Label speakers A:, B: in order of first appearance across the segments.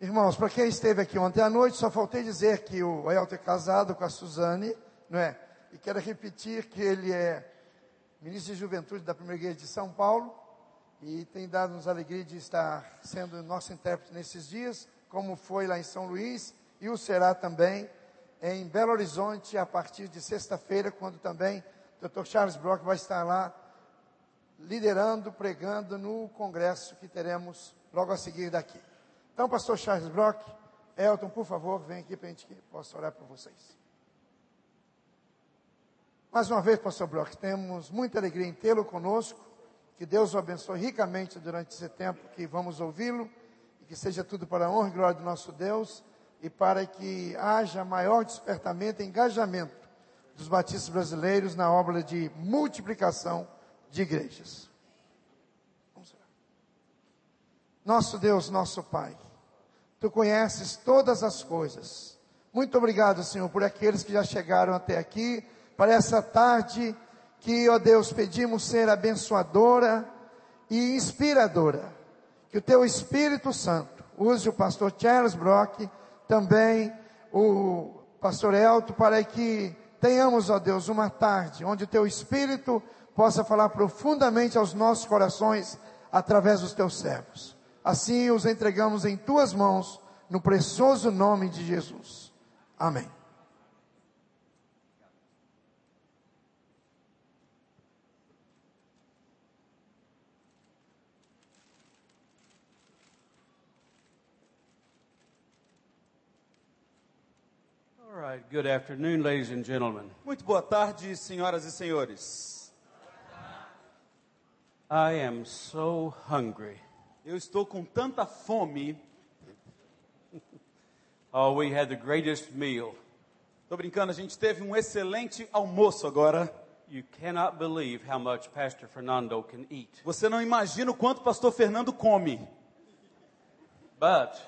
A: Irmãos, para quem esteve aqui ontem à noite, só faltei dizer que o Elton é casado com a Suzane, não é? E quero repetir que ele é ministro de Juventude da Primeira Igreja de São Paulo e tem dado-nos alegria de estar sendo nosso intérprete nesses dias, como foi lá em São Luís e o será também em Belo Horizonte a partir de sexta-feira, quando também o Dr. Charles Brock vai estar lá liderando, pregando no congresso que teremos logo a seguir daqui. Então, pastor Charles Brock, Elton, por favor, vem aqui para a gente que possa orar por vocês. Mais uma vez, pastor Brock, temos muita alegria em tê-lo conosco. Que Deus o abençoe ricamente durante esse tempo que vamos ouvi-lo. E que seja tudo para a honra e glória do nosso Deus. E para que haja maior despertamento e engajamento dos batistas brasileiros na obra de multiplicação de igrejas. Vamos orar. Nosso Deus, nosso Pai. Tu conheces todas as coisas. Muito obrigado, Senhor, por aqueles que já chegaram até aqui, para essa tarde que, ó Deus, pedimos ser abençoadora e inspiradora. Que o Teu Espírito Santo use o pastor Charles Brock, também o pastor Elto, para que tenhamos, ó Deus, uma tarde onde o Teu Espírito possa falar profundamente aos nossos corações através dos Teus servos. Assim os entregamos em tuas mãos, no precioso nome de Jesus. Amém.
B: All right, good afternoon, ladies and gentlemen.
C: Muito boa tarde, senhoras e senhores.
B: I am so hungry.
C: Eu estou com tanta fome.
B: Oh, we had the greatest meal.
C: Tô brincando, a gente teve um excelente almoço agora.
B: You cannot believe how much Pastor Fernando can eat.
C: Você não imagina o quanto o pastor Fernando come.
B: But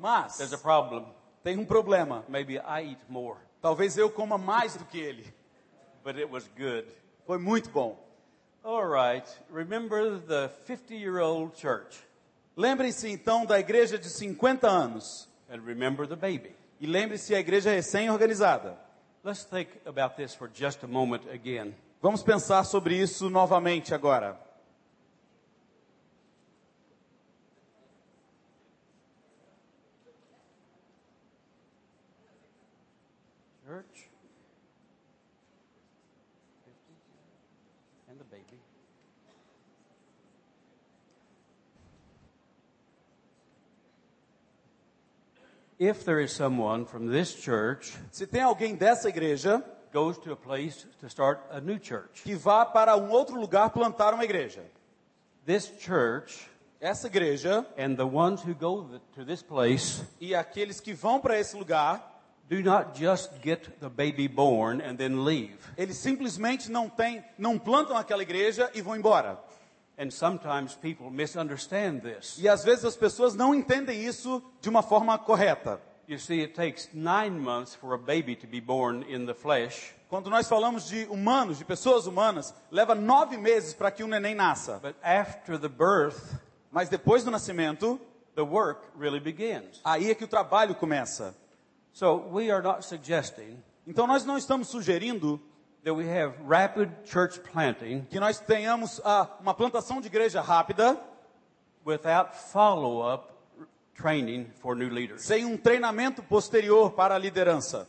C: Mas
B: there's a problem.
C: tem um problema.
B: Maybe I eat more,
C: Talvez eu coma mais do que ele.
B: but it was good.
C: Foi muito bom.
B: All right, remember the 50 year old church
C: Lembrem-se então da igreja de 50 anos.
B: and remember the baby.
C: E lembre-se a igreja é recém-organizada.
B: Let's think about this for just a moment again.
C: Vamos pensar sobre isso novamente agora.
B: Church 50 and the baby. If there is someone from this church
C: Se tem alguém dessa igreja
B: goes to a place to start a new church,
C: que vá para um outro lugar plantar uma igreja,
B: this church
C: essa igreja
B: and the ones who go th- to this place
C: e aqueles que vão para esse lugar,
B: do not just get the baby born and then leave.
C: eles simplesmente não têm, não plantam aquela igreja e vão embora.
B: And sometimes people misunderstand this.
C: E às vezes as pessoas não entendem isso de uma forma correta.
B: You see, it takes nine months for a baby to be born in the flesh,
C: Quando nós falamos de humanos, de pessoas humanas, leva nove meses para que um neném nasça.
B: but after the birth,
C: Mas depois do nascimento,
B: the work really begins.
C: aí é que o trabalho começa.
B: So we are not suggesting
C: Então nós não estamos sugerindo
B: that we have rapid church planting
C: que nós tenhamos ah, uma plantação de igreja rápida
B: without follow up training for new leaders.
C: sem um treinamento posterior para a liderança.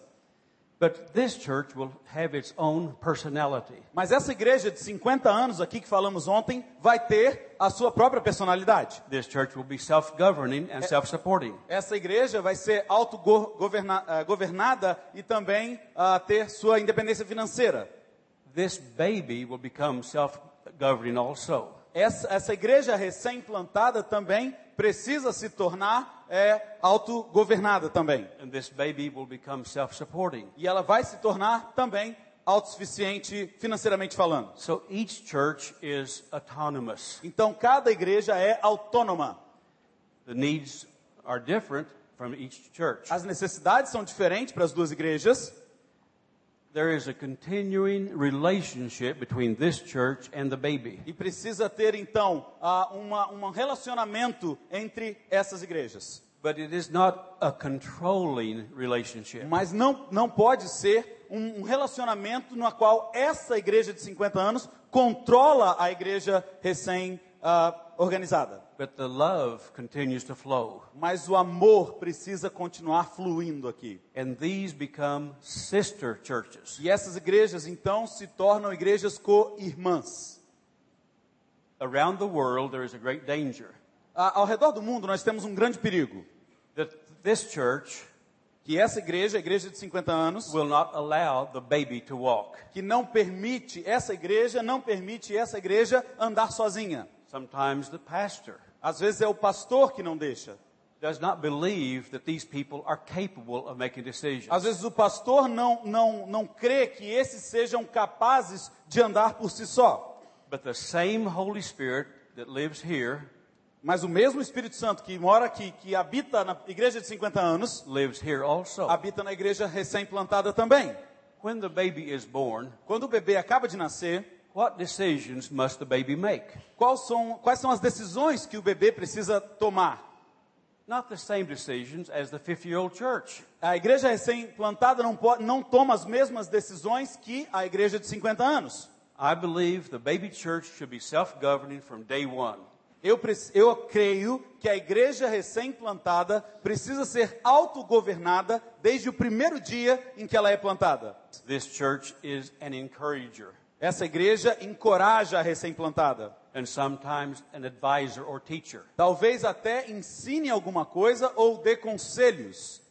B: But this church will have its own personality.
C: Mas essa igreja de 50 anos aqui que falamos ontem vai ter a sua própria personalidade.
B: This church will be self governing and self supporting.
C: Essa igreja vai ser autogovernada e também ah, ter sua independência financeira.
B: This baby will become self governing also.
C: Essa, essa igreja recém-plantada também precisa se tornar é, autogovernada também.
B: And this baby will become self supporting.
C: E ela vai se tornar também autossuficiente financeiramente falando.
B: So each church is autonomous.
C: Então cada igreja é autônoma.
B: The needs are different from each church.
C: As necessidades são diferentes para as duas igrejas.
B: There is a continuing relationship between this church and the baby.
C: E precisa ter, então, ah, uma, um relacionamento entre essas igrejas.
B: but it is not a controlling relationship.
C: Mas não, não pode ser um, um relacionamento no qual essa igreja de 50 anos controla a igreja ah, recém-organizada.
B: But the love continues to flow,
C: Mas o amor precisa continuar fluindo aqui.
B: and these become sister churches.
C: E essas igrejas então se tornam igrejas co-irmãs.
B: Around the world, there is a great danger
C: A- Ah, Ao redor do mundo nós temos um grande perigo,
B: that this church
C: que essa igreja, a igreja de 50 anos,
B: will not allow the baby to walk.
C: que não permite, essa igreja não permite essa igreja andar sozinha.
B: Sometimes the pastor
C: Às vezes é o pastor que não deixa.
B: does not believe that these people are capable of making decisions.
C: Às vezes o pastor não, não, não crê que esses sejam capazes de andar por si só.
B: But the same Holy Spirit that lives here
C: Mas o mesmo Espírito Santo que mora aqui, que habita na igreja de 50 anos,
B: lives here also.
C: habita na igreja recém-plantada também.
B: When the baby is born,
C: Quando o bebê acaba de nascer,
B: what decisions must the baby make?
C: quais são, quais são as decisões que o bebê precisa tomar?
B: Not the same decisions as the 50 year old church.
C: A igreja recém-plantada não, po- não toma as mesmas decisões que a igreja de 50 anos.
B: I believe the baby church should be self governing from day one.
C: Eu, prec- eu creio que a igreja recém-plantada precisa ser autogovernada desde o primeiro dia em que ela é plantada.
B: This church is an encourager
C: Essa igreja encoraja a recém-plantada.
B: and sometimes an advisor or teacher,
C: Talvez até ensine alguma coisa ou dê conselhos,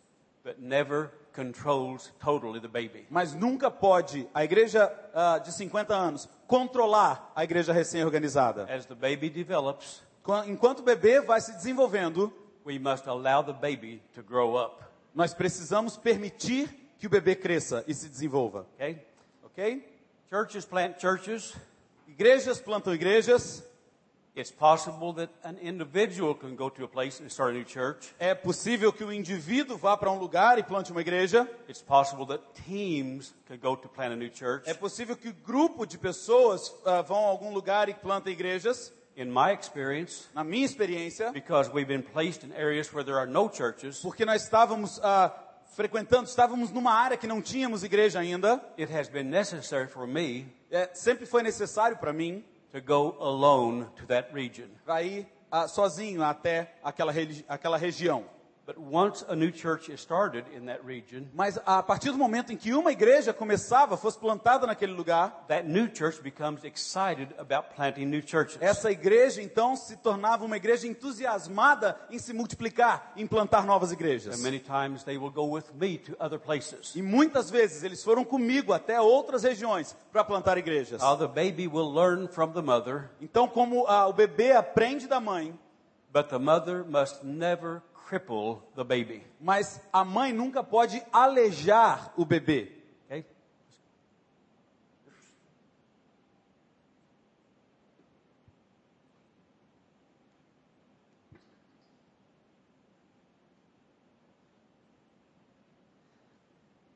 B: but never controls totally the baby.
C: mas nunca pode a igreja ah, de 50 anos controlar a igreja recém-organizada.
B: As the baby develops,
C: Qua- Enquanto o bebê vai se desenvolvendo,
B: we must allow the baby to grow up.
C: nós precisamos permitir que o bebê cresça e se desenvolva,
B: Okay?
C: ok?
B: Churches plant churches.
C: Igrejas plantam igrejas.
B: It's possible that an individual can go to a place and start a new church.
C: É possível que o indivíduo vá para um lugar e plante uma igreja.
B: It's possible that teams can go to plant a new church.
C: É possível que grupo de pessoas ah, vão a algum lugar e plantem igrejas.
B: In my experience,
C: Na minha experiência,
B: because we've been placed in areas where there are no churches,
C: porque nós estávamos ah, frequentando, estávamos numa área que não tínhamos igreja ainda,
B: it has been necessary for me
C: é, sempre foi necessário para mim
B: to go alone to that region.
C: para ir ah, sozinho até aquela, religi- aquela região.
B: But once a new church is started in that region,
C: Mas a partir do momento em que uma igreja começava, fosse plantada naquele lugar,
B: that new church becomes excited about planting new churches.
C: essa igreja então se tornava uma igreja entusiasmada em se multiplicar, em plantar novas igrejas.
B: And many times they will go with me to other places.
C: E muitas vezes eles foram comigo até outras regiões para plantar igrejas.
B: How the baby will learn from the mother,
C: Então, como ah, o bebê aprende da mãe,
B: but the mother must never cripple the baby.
C: mas a mãe nunca pode alejar o bebê.
B: Okay?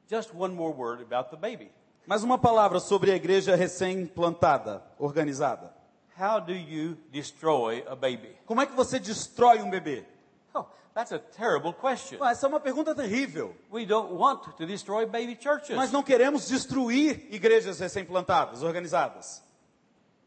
B: Just one more word about the baby.
C: Mas uma palavra sobre a igreja recém-plantada, organizada.
B: How do you destroy a baby?
C: Como é que você destrói um bebê?
B: Oh, that's a terrible question.
C: Ué, essa é uma pergunta terrível.
B: We don't want to destroy baby churches.
C: Nós não queremos destruir igrejas recém-plantadas, organizadas.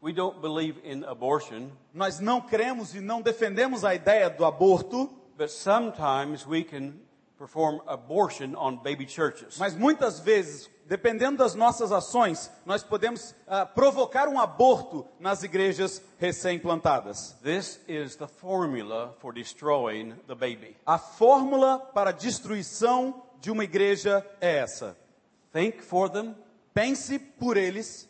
B: We don't believe in abortion,
C: Nós não cremos e não defendemos a ideia do aborto,
B: but sometimes we can perform abortion on baby churches.
C: mas muitas vezes, dependendo das nossas ações, nós podemos ah, provocar um aborto nas igrejas recém-plantadas.
B: This is the formula for destroying the baby.
C: A fórmula para a destruição de uma igreja é essa:
B: Think for them,
C: pense por eles,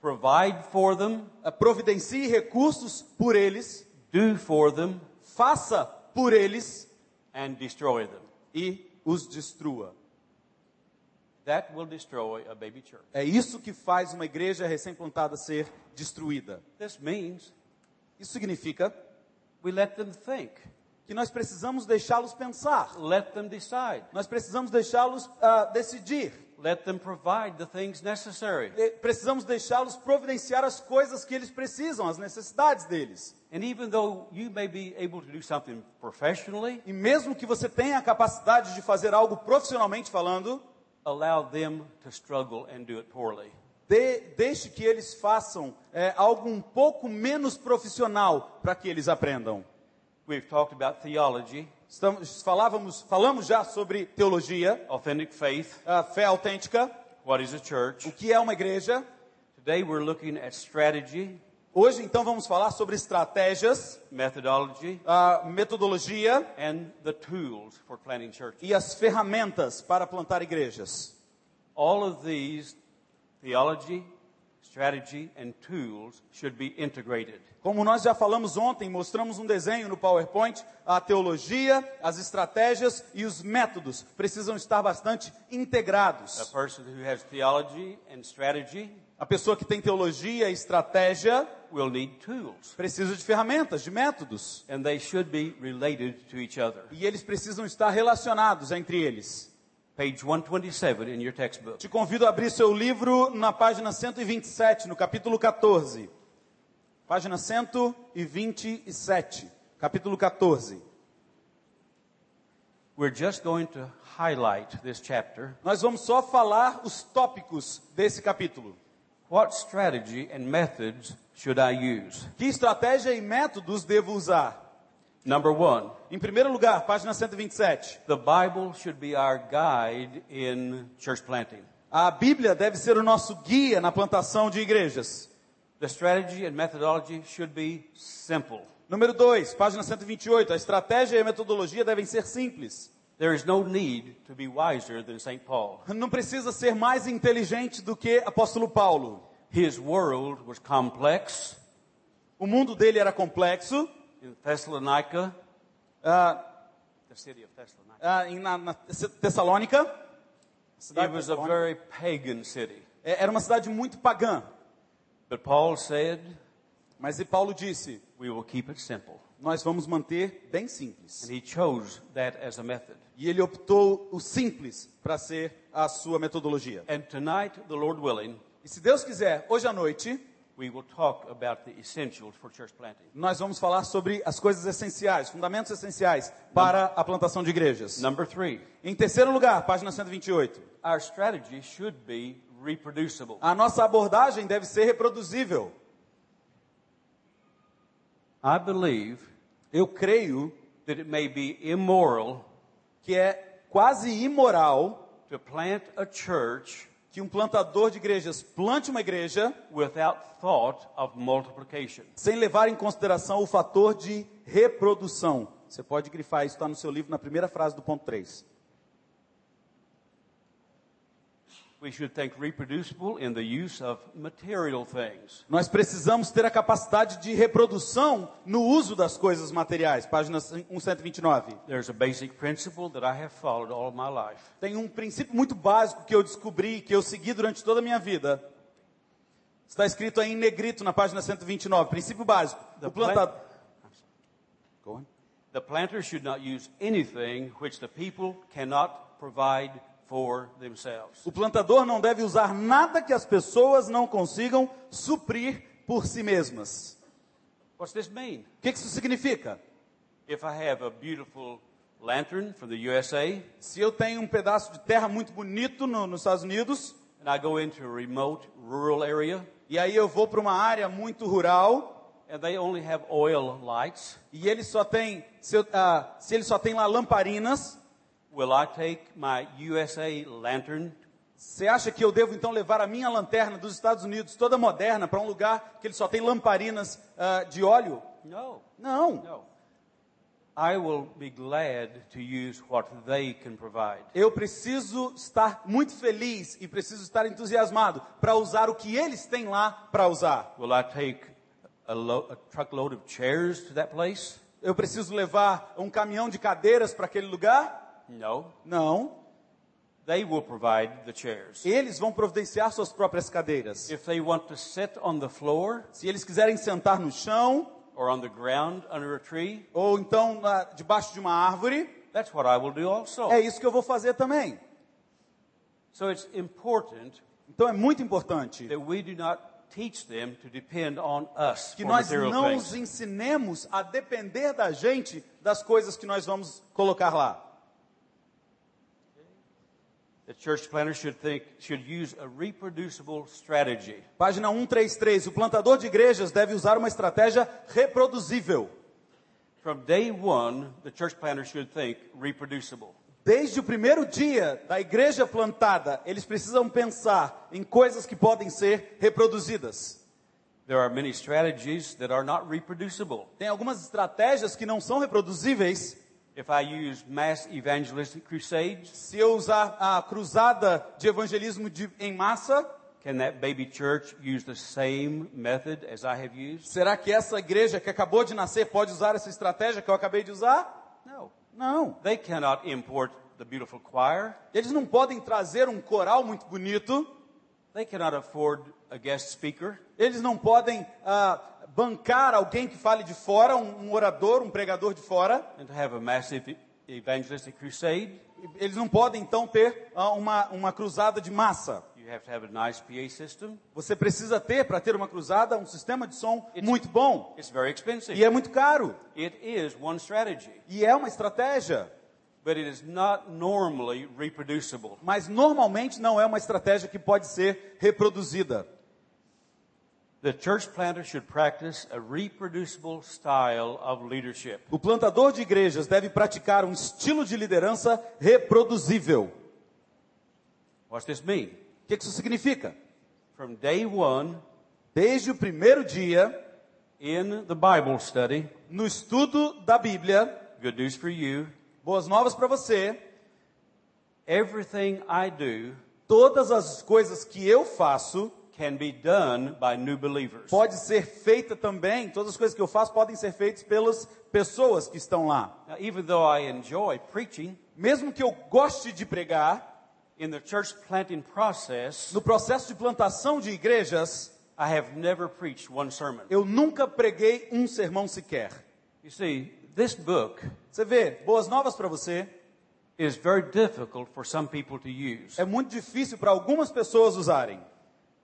B: provide for them,
C: eh, providencie recursos por eles,
B: do for them,
C: faça por eles
B: and destroy them.
C: e os destrua.
B: That will destroy a baby church.
C: É isso que faz uma igreja recém-plantada ser destruída.
B: This means
C: Isso significa
B: we let them think,
C: que nós precisamos deixá-los pensar,
B: let them decide.
C: nós precisamos deixá-los ah, decidir.
B: let them provide the things necessary.
C: Eh, Precisamos deixá-los providenciar as coisas que eles precisam, as necessidades deles.
B: And even though you may be able to do something professionally,
C: E mesmo que você tenha a capacidade de fazer algo profissionalmente falando,
B: allow them to struggle and do it poorly.
C: de- deixe que eles façam eh, algo um pouco menos profissional para que eles aprendam.
B: We've talked about theology,
C: Estamos, falávamos, falamos já sobre teologia,
B: authentic faith,
C: a fé autêntica,
B: what is a church.
C: o que é uma igreja.
B: Today we're looking at strategy,
C: Hoje, então, vamos falar sobre estratégias,
B: methodology,
C: a metodologia
B: and the tools for planning churches.
C: e as ferramentas para plantar igrejas.
B: All of these, theology, strategy, and tools should be integrated.
C: Como nós já falamos ontem, mostramos um desenho no PowerPoint, a teologia, as estratégias e os métodos precisam estar bastante
B: A
C: integrados.
B: person who has theology and strategy
C: A pessoa que tem teologia e estratégia
B: will need tools,
C: precisa de ferramentas, de métodos,
B: and they should be related to each other.
C: e eles precisam estar relacionados entre eles.
B: Page 127 in your textbook.
C: Te convido a abrir seu livro na página 127, no capítulo 14. Página 127, capítulo 14.
B: We're just going to highlight this chapter.
C: Nós vamos só falar os tópicos desse capítulo.
B: What strategy and methods should I use?
C: Que estratégia e métodos devo usar?
B: Number one,
C: Em primeiro lugar, página 127.
B: the Bible should be our guide in church planting.
C: A Bíblia deve ser o nosso guia na plantação de igrejas.
B: The strategy and methodology should be simple.
C: Número 2, página 128. A estratégia e a metodologia devem ser simples.
B: There is no need to be wiser than St. Paul.
C: Não precisa ser mais inteligente do que apóstolo Paulo.
B: His world was complex.
C: O mundo dele era complexo.
B: In Thessalonica, uh,
C: Ah,
B: the city of Thessalonica,
C: ah, em- na, na Tessalônica,
B: it was a very pagan city.
C: é- era uma cidade muito pagã.
B: But Paul said,
C: Mas e Paulo disse:
B: We will keep it simple.
C: Nós vamos manter bem simples.
B: And he chose that as a method.
C: E ele optou o simples para ser a sua metodologia.
B: And tonight, the Lord willing,
C: E se Deus quiser, hoje à noite,
B: we will talk about the essentials for church planting.
C: nós vamos falar sobre as coisas essenciais, fundamentos essenciais para a plantação de igrejas.
B: Number three,
C: Em terceiro lugar, página 128.
B: our strategy should be reproducible.
C: A nossa abordagem deve ser reproduzível.
B: I believe
C: Eu creio
B: that it may be immoral
C: que é quase imoral
B: to plant a church
C: que um plantador de igrejas plante uma igreja
B: without thought of multiplication.
C: sem levar em consideração o fator de reprodução. Você pode grifar isso, está no seu livro, na primeira frase do ponto 3.
B: We should think reproducible in the use of material things.
C: Nós precisamos ter a capacidade de reprodução no uso das coisas materiais. Página 129.
B: There's a basic principle that I have followed all my life.
C: Tem um princípio muito básico que eu descobri, que eu segui durante toda a minha vida. Está escrito aí em negrito na página 129. Princípio básico.
B: The
C: o plantador.
B: plant- The planter should not use anything which the people cannot provide for themselves.
C: O plantador não deve usar nada que as pessoas não consigam suprir por si mesmas.
B: What's this mean?
C: O que que isso significa?
B: If I have a beautiful lantern from the USA
C: Se eu tenho um pedaço de terra muito bonito no- nos Estados Unidos,
B: and I go into a remote rural area
C: e aí eu vou para uma área muito rural,
B: and they only have oil lights,
C: e ele só tem se, eu- ah, se ele só tem lá lamparinas,
B: will I take my USA lantern
C: você acha que eu devo então levar a minha lanterna dos Estados Unidos toda moderna para um lugar que ele só tem lamparinas ah, de óleo?
B: No,
C: Não.
B: no. I will be glad to use what they can provide.
C: Eu preciso estar muito feliz e preciso estar entusiasmado para usar o que eles têm lá para usar.
B: Will I take a, lo- a truckload of chairs to that place?
C: Eu preciso levar um caminhão de cadeiras para aquele lugar?
B: No.
C: Não.
B: They will provide the chairs.
C: Eles vão providenciar suas próprias cadeiras.
B: If they want to sit on the floor
C: Se eles quiserem sentar no chão
B: or on the ground under a tree,
C: ou então na- debaixo de uma árvore,
B: that's what I will do also.
C: é isso que eu vou fazer também.
B: So it's important
C: Então é muito importante
B: that we do not teach them to depend on us
C: que
B: for
C: nós
B: um material
C: não
B: things.
C: os ensinemos a depender da gente das coisas que nós vamos colocar lá.
B: The church planner should think should use a reproducible strategy.
C: Página 133. O plantador de igrejas deve usar uma estratégia reproduzível.
B: From day one, the church planner should think reproducible.
C: Desde o primeiro dia da igreja plantada, eles precisam pensar em coisas que podem ser reproduzidas.
B: There are many strategies that are not reproducible.
C: Tem algumas estratégias que não são reproduzíveis.
B: If I use mass evangelistic crusades,
C: Se eu usar a cruzada de evangelismo de- em massa,
B: can that baby church use the same method as I have used?
C: será que essa igreja que acabou de nascer pode usar essa estratégia que eu acabei de usar?
B: No.
C: Não.
B: They cannot import the beautiful choir.
C: Eles não podem trazer um coral muito bonito,
B: They cannot afford a guest speaker.
C: eles não podem ah, bancar alguém que fale de fora, um, um orador, um pregador de fora.
B: And to have a massive e- evangelistic crusade,
C: Eles não podem então ter ah, uma, uma cruzada de massa.
B: you have to have a nice PA system.
C: Você precisa ter, para ter uma cruzada, um sistema de som muito bom.
B: It's very expensive.
C: E é muito caro.
B: It is one strategy,
C: E é uma estratégia.
B: but it is not normally reproducible.
C: Mas normalmente não é uma estratégia que pode ser reproduzida.
B: The church planter should practice a reproducible style of leadership.
C: O plantador de igrejas deve praticar um estilo de liderança reproduzível.
B: What's this mean?
C: O que que isso significa?
B: From day one
C: Desde o primeiro dia,
B: in the Bible study,
C: no estudo da Bíblia,
B: good news for you,
C: boas novas para você,
B: everything I do
C: todas as coisas que eu faço
B: can be done by new believers.
C: pode ser feita também, todas as coisas que eu faço podem ser feitas pelas pessoas que estão lá.
B: Now, even though I enjoy preaching,
C: Mesmo que eu goste de pregar,
B: in the church planting process,
C: no processo de plantação de igrejas,
B: I have never preached one sermon.
C: eu nunca preguei um sermão sequer.
B: You see, this book
C: Você vê, boas novas para você.
B: is very difficult for some people to use.
C: É muito difícil para algumas pessoas usarem.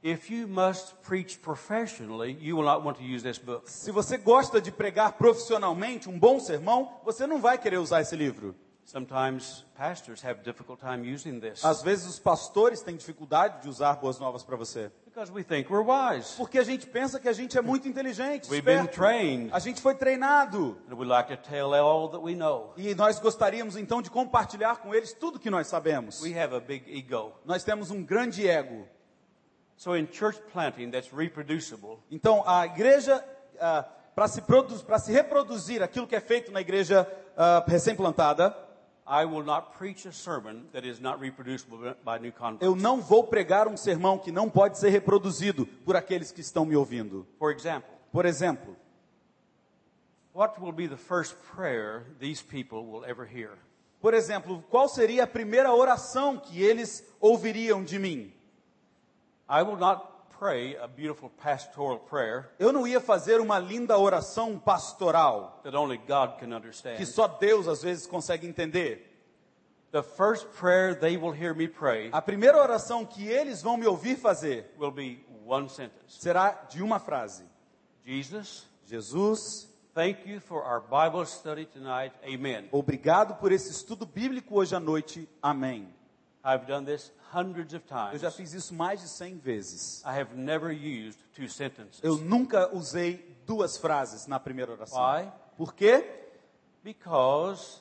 B: If you must preach professionally, you will not want to use this book.
C: Se você gosta de pregar profissionalmente um bom sermão, você não vai querer usar esse livro.
B: Sometimes pastors have difficult time using this
C: Às vezes os pastores têm dificuldade de usar boas novas para você.
B: because we think we're wise.
C: Porque a gente pensa que a gente é muito inteligente,
B: We've been
C: esperto.
B: trained.
C: A gente foi treinado.
B: And we like to tell all that we know.
C: E nós gostaríamos então de compartilhar com eles tudo que nós sabemos.
B: We have a big ego.
C: Nós temos um grande ego.
B: So in church planting that's reproducible,
C: Então, a igreja, para se, produ- pra se reproduzir aquilo que é feito na igreja ah, recém-plantada,
B: I will not preach a sermon that is not reproducible by new converts.
C: eu não vou pregar um sermão que não pode ser reproduzido por aqueles que estão me ouvindo.
B: For example,
C: Por exemplo,
B: what will be the first prayer these people will ever hear?
C: por exemplo, qual seria a primeira oração que eles ouviriam de mim?
B: I will not pray a beautiful pastoral prayer
C: Eu não ia fazer uma linda oração pastoral
B: that only God can
C: que
B: understand.
C: só Deus às vezes consegue entender.
B: The first prayer they will hear me pray
C: A primeira oração que eles vão me ouvir fazer
B: will be one sentence
C: será de uma frase:
B: Jesus,
C: Jesus,
B: thank you for our Bible study tonight. Amen.
C: obrigado por esse estudo bíblico hoje à noite. Amém.
B: I've done this hundreds of
C: Eu
B: times.
C: já fiz isso mais de 100 vezes.
B: I have never used two sentences
C: Eu nunca usei duas frases na primeira oração.
B: Why?
C: Por quê?
B: because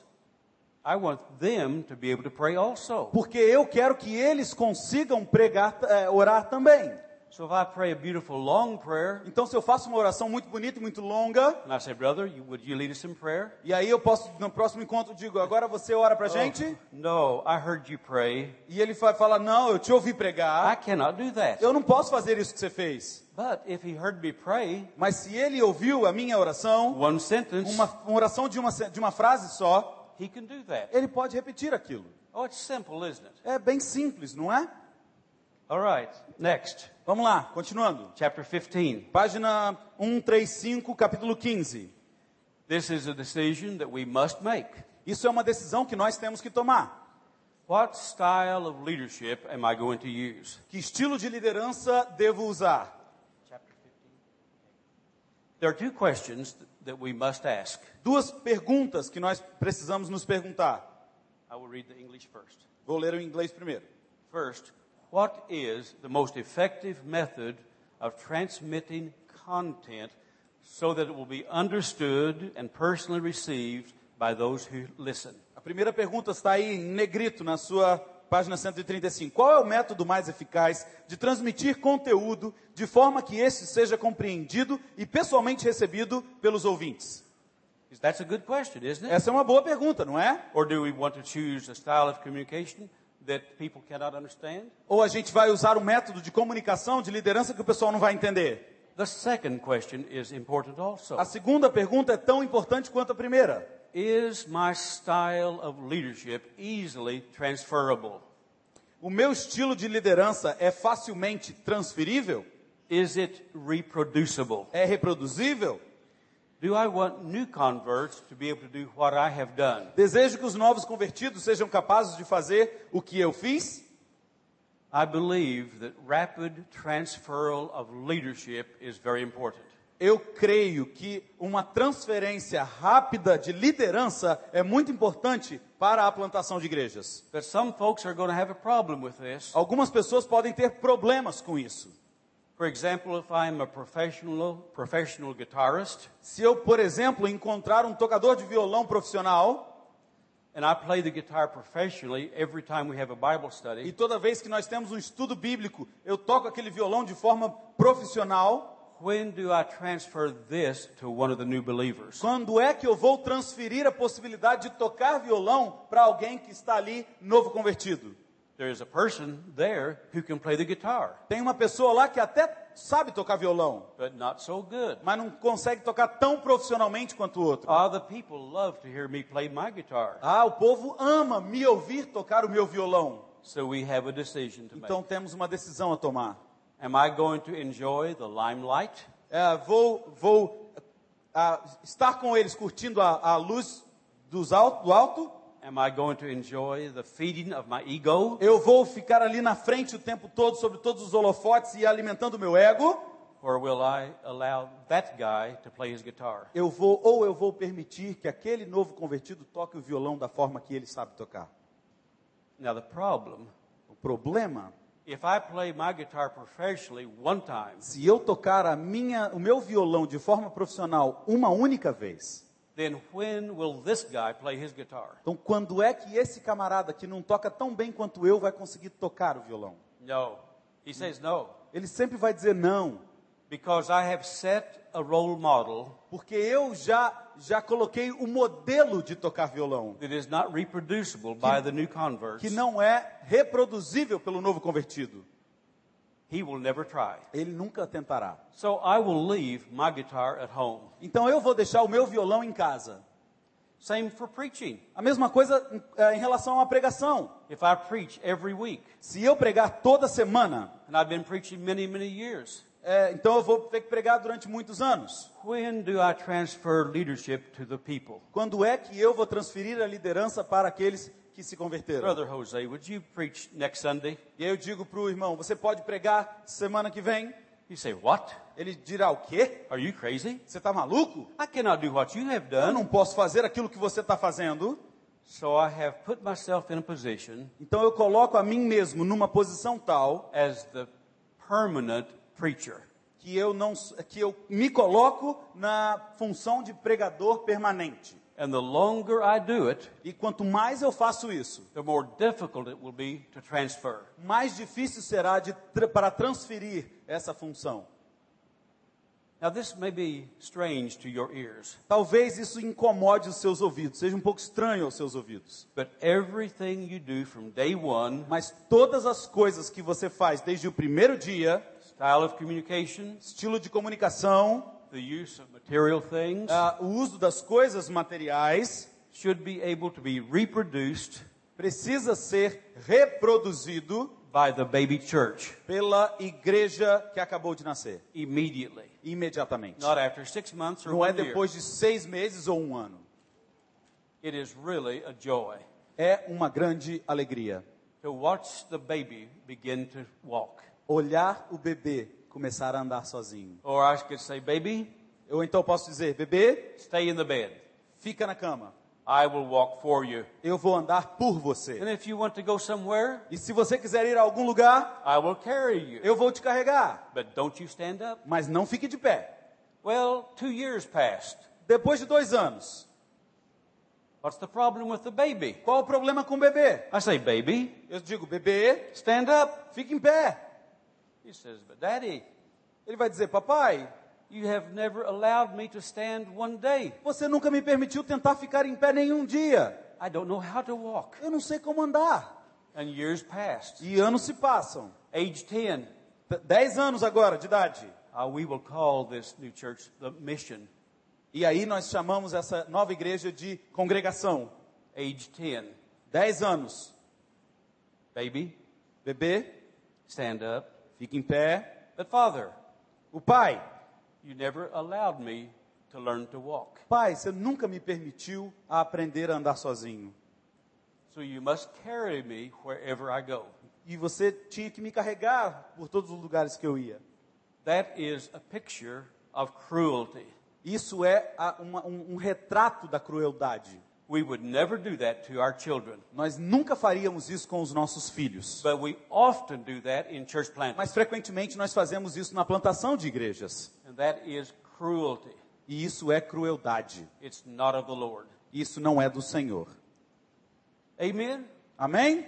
B: I want them to be able to pray also.
C: Porque eu quero que eles consigam pregar, eh, orar também.
B: So if I pray a beautiful long prayer,
C: Então, se eu faço uma oração muito bonita e muito longa,
B: and I say, Brother, you, would you lead us in prayer?
C: e aí eu posso, no próximo encontro, digo, agora você ora
B: Oh."
C: pra gente,
B: No, I heard you pray.
C: e ele fa- fala, não, eu te ouvi
B: I
C: pregar,
B: cannot do that.
C: eu não posso fazer isso que você fez.
B: But if he heard me pray
C: Mas se ele ouviu a minha oração,
B: one sentence,
C: uma, uma oração de uma, se- de uma frase só,
B: he can do that.
C: ele pode repetir aquilo.
B: Oh, it's simple, isn't it?
C: É bem simples, não é?
B: All right, next,
C: Vamos lá, continuando.
B: chapter 15.
C: Página 135, capítulo 15.
B: This is a decision that we must make.
C: Isso é uma decisão que nós temos que tomar.
B: What style of leadership am I going to use?
C: Que estilo de liderança devo usar?
B: There are two questions that we must ask.
C: Duas perguntas que nós precisamos nos perguntar.
B: I will read the English first.
C: Vou ler o inglês primeiro.
B: First, what is the most effective method of transmitting content so that it will be understood and personally received by those who listen?
C: A primeira pergunta está aí em negrito na sua página 135. Qual é o método mais eficaz de transmitir conteúdo de forma que esse seja compreendido e pessoalmente recebido pelos ouvintes?
B: That's a good question, isn't it?
C: Essa é uma boa pergunta, não é?
B: Or do we want to choose a style of communication that people cannot understand?
C: Ou a gente vai usar um método de comunicação, de liderança que o pessoal não vai entender?
B: The second question is important also.
C: A segunda pergunta é tão importante quanto a primeira.
B: Is my style of leadership easily transferable?
C: O meu estilo de liderança é facilmente transferível?
B: Is it reproducible?
C: É reproduzível?
B: Do I want new converts to be able to do what I have done?
C: Desejo que os novos convertidos sejam capazes de fazer o que eu fiz?
B: I believe that rapid transferal of leadership is very important.
C: Eu creio que uma transferência rápida de liderança é muito importante para a plantação de igrejas.
B: But some folks are going to have a problem with this.
C: Algumas pessoas podem ter problemas com isso.
B: For example, if I'm a professional professional guitarist
C: Se eu, por exemplo, encontrar um tocador de violão profissional
B: and I play the guitar professionally every time we have a Bible
C: e
B: study,
C: toda vez que nós temos um estudo bíblico, eu toco aquele violão de forma profissional,
B: when do I transfer this to one of the new believers?
C: quando é que eu vou transferir a possibilidade de tocar violão para alguém que está ali novo convertido?
B: There is a person there who can play the guitar,
C: Tem uma pessoa lá que até sabe tocar violão,
B: but not so good.
C: mas não consegue tocar tão profissionalmente quanto o outro.
B: Other people love to hear me play my guitar.
C: Ah, o povo ama me ouvir tocar o meu violão.
B: So we have a decision to make.
C: Então temos uma decisão a tomar.
B: Am I going to enjoy the limelight
C: É, vou vou ah, estar com eles curtindo a, a luz dos al- do alto.
B: Am I going to enjoy the feeding of my ego?
C: Eu vou ficar ali na frente o tempo todo sobre todos os holofotes e alimentando o meu ego.
B: Or will I allow that guy to play his guitar?
C: Eu vou ou eu vou permitir que aquele novo convertido toque o violão da forma que ele sabe tocar.
B: Now, the problem
C: O problema,
B: if I play my guitar professionally one time,
C: se eu tocar a minha, o meu violão de forma profissional uma única vez,
B: then when will this guy play his guitar?
C: então quando é que esse camarada que não toca tão bem quanto eu vai conseguir tocar o violão?
B: No. He says no.
C: Ele sempre vai dizer não.
B: Because I have set a role model
C: Porque eu já já coloquei o modelo de tocar violão,
B: that is not reproducible by the new converts.
C: que não é reproduzível pelo novo convertido.
B: He will never try.
C: Ele nunca tentará.
B: So I will leave my guitar at home.
C: Então eu vou deixar o meu violão em casa.
B: Same for preaching.
C: A mesma coisa eh, em relação à pregação.
B: If I preach every week,
C: Se eu pregar toda semana,
B: and I've been preaching many, many years,
C: eh, então eu vou ter que pregar durante muitos anos.
B: when do I transfer leadership to the people?
C: Quando é que eu vou transferir a liderança para aqueles que se converteram?
B: Brother Jose, would you preach next Sunday?
C: E aí eu digo para o irmão: você pode pregar semana que vem?
B: You say, What?
C: Ele dirá: o quê?
B: Are you crazy?
C: Você está maluco?
B: I cannot do what you have
C: Eu
B: done.
C: não posso fazer aquilo que você está fazendo.
B: So I have put myself in a position
C: Então eu coloco a mim mesmo numa posição tal
B: as the permanent preacher.
C: que eu não que eu me coloco na função de pregador permanente.
B: And the longer I do it,
C: E quanto mais eu faço isso,
B: the more difficult it will be to transfer.
C: mais difícil será de tra- para transferir essa função.
B: Now, this may be strange to your ears,
C: Talvez isso incomode os seus ouvidos, seja um pouco estranho aos seus ouvidos.
B: but everything you do from day one
C: Mas todas as coisas que você faz desde o primeiro dia,
B: style of communication,
C: estilo de comunicação,
B: the use of material things,
C: ah, o uso das coisas materiais,
B: should be able to be reproduced
C: precisa ser reproduzido
B: by the baby church
C: pela igreja que acabou de nascer,
B: immediately,
C: imediatamente.
B: not after six months or
C: Não é
B: one year.
C: depois de seis meses ou um ano.
B: It is really a joy.
C: é uma grande alegria.
B: to watch the baby begin to walk.
C: Olhar o bebê começar a andar sozinho.
B: Or I could say, Baby,
C: Eu então posso dizer, bebê,
B: stay in the bed.
C: fica na cama.
B: I will walk for you.
C: Eu vou andar por você.
B: And if you want to go somewhere,
C: E se você quiser ir a algum lugar,
B: I will carry you.
C: eu vou te carregar.
B: But don't you stand up.
C: Mas não fique de pé.
B: Well, two years passed.
C: Depois de dois anos,
B: What's the problem with the baby?
C: qual o problema com o bebê?
B: I say, Baby,
C: Eu digo, bebê,
B: stand up.
C: fica em pé.
B: He says, But Daddy,
C: Ele vai dizer, papai,
B: you have never allowed me to stand one day.
C: você nunca me permitiu tentar ficar em pé nenhum dia.
B: I don't know how to walk.
C: Eu não sei como andar.
B: And years passed.
C: E anos se passam.
B: Age 10.
C: D- Dez anos agora de idade.
B: Uh, we will call this new church the mission.
C: E aí nós chamamos essa nova igreja de congregação.
B: Age 10.
C: Dez anos.
B: Baby,
C: Bebê,
B: stand up.
C: fica em pé.
B: But Father,
C: O pai,
B: you never allowed me to learn to walk.
C: pai, você nunca me permitiu a aprender a andar sozinho.
B: So you must carry me wherever I go.
C: E você tinha que me carregar por todos os lugares que eu ia.
B: That is a picture of cruelty.
C: Isso é a- uma- um, um retrato da crueldade.
B: We would never do that to our children,
C: Nós nunca faríamos isso com os nossos filhos.
B: but we often do that in church planting,
C: Mas frequentemente nós fazemos isso na plantação de igrejas.
B: and that is cruelty.
C: E isso é crueldade.
B: It's not of the Lord.
C: Isso não é do Senhor.
B: Amen.
C: Amém?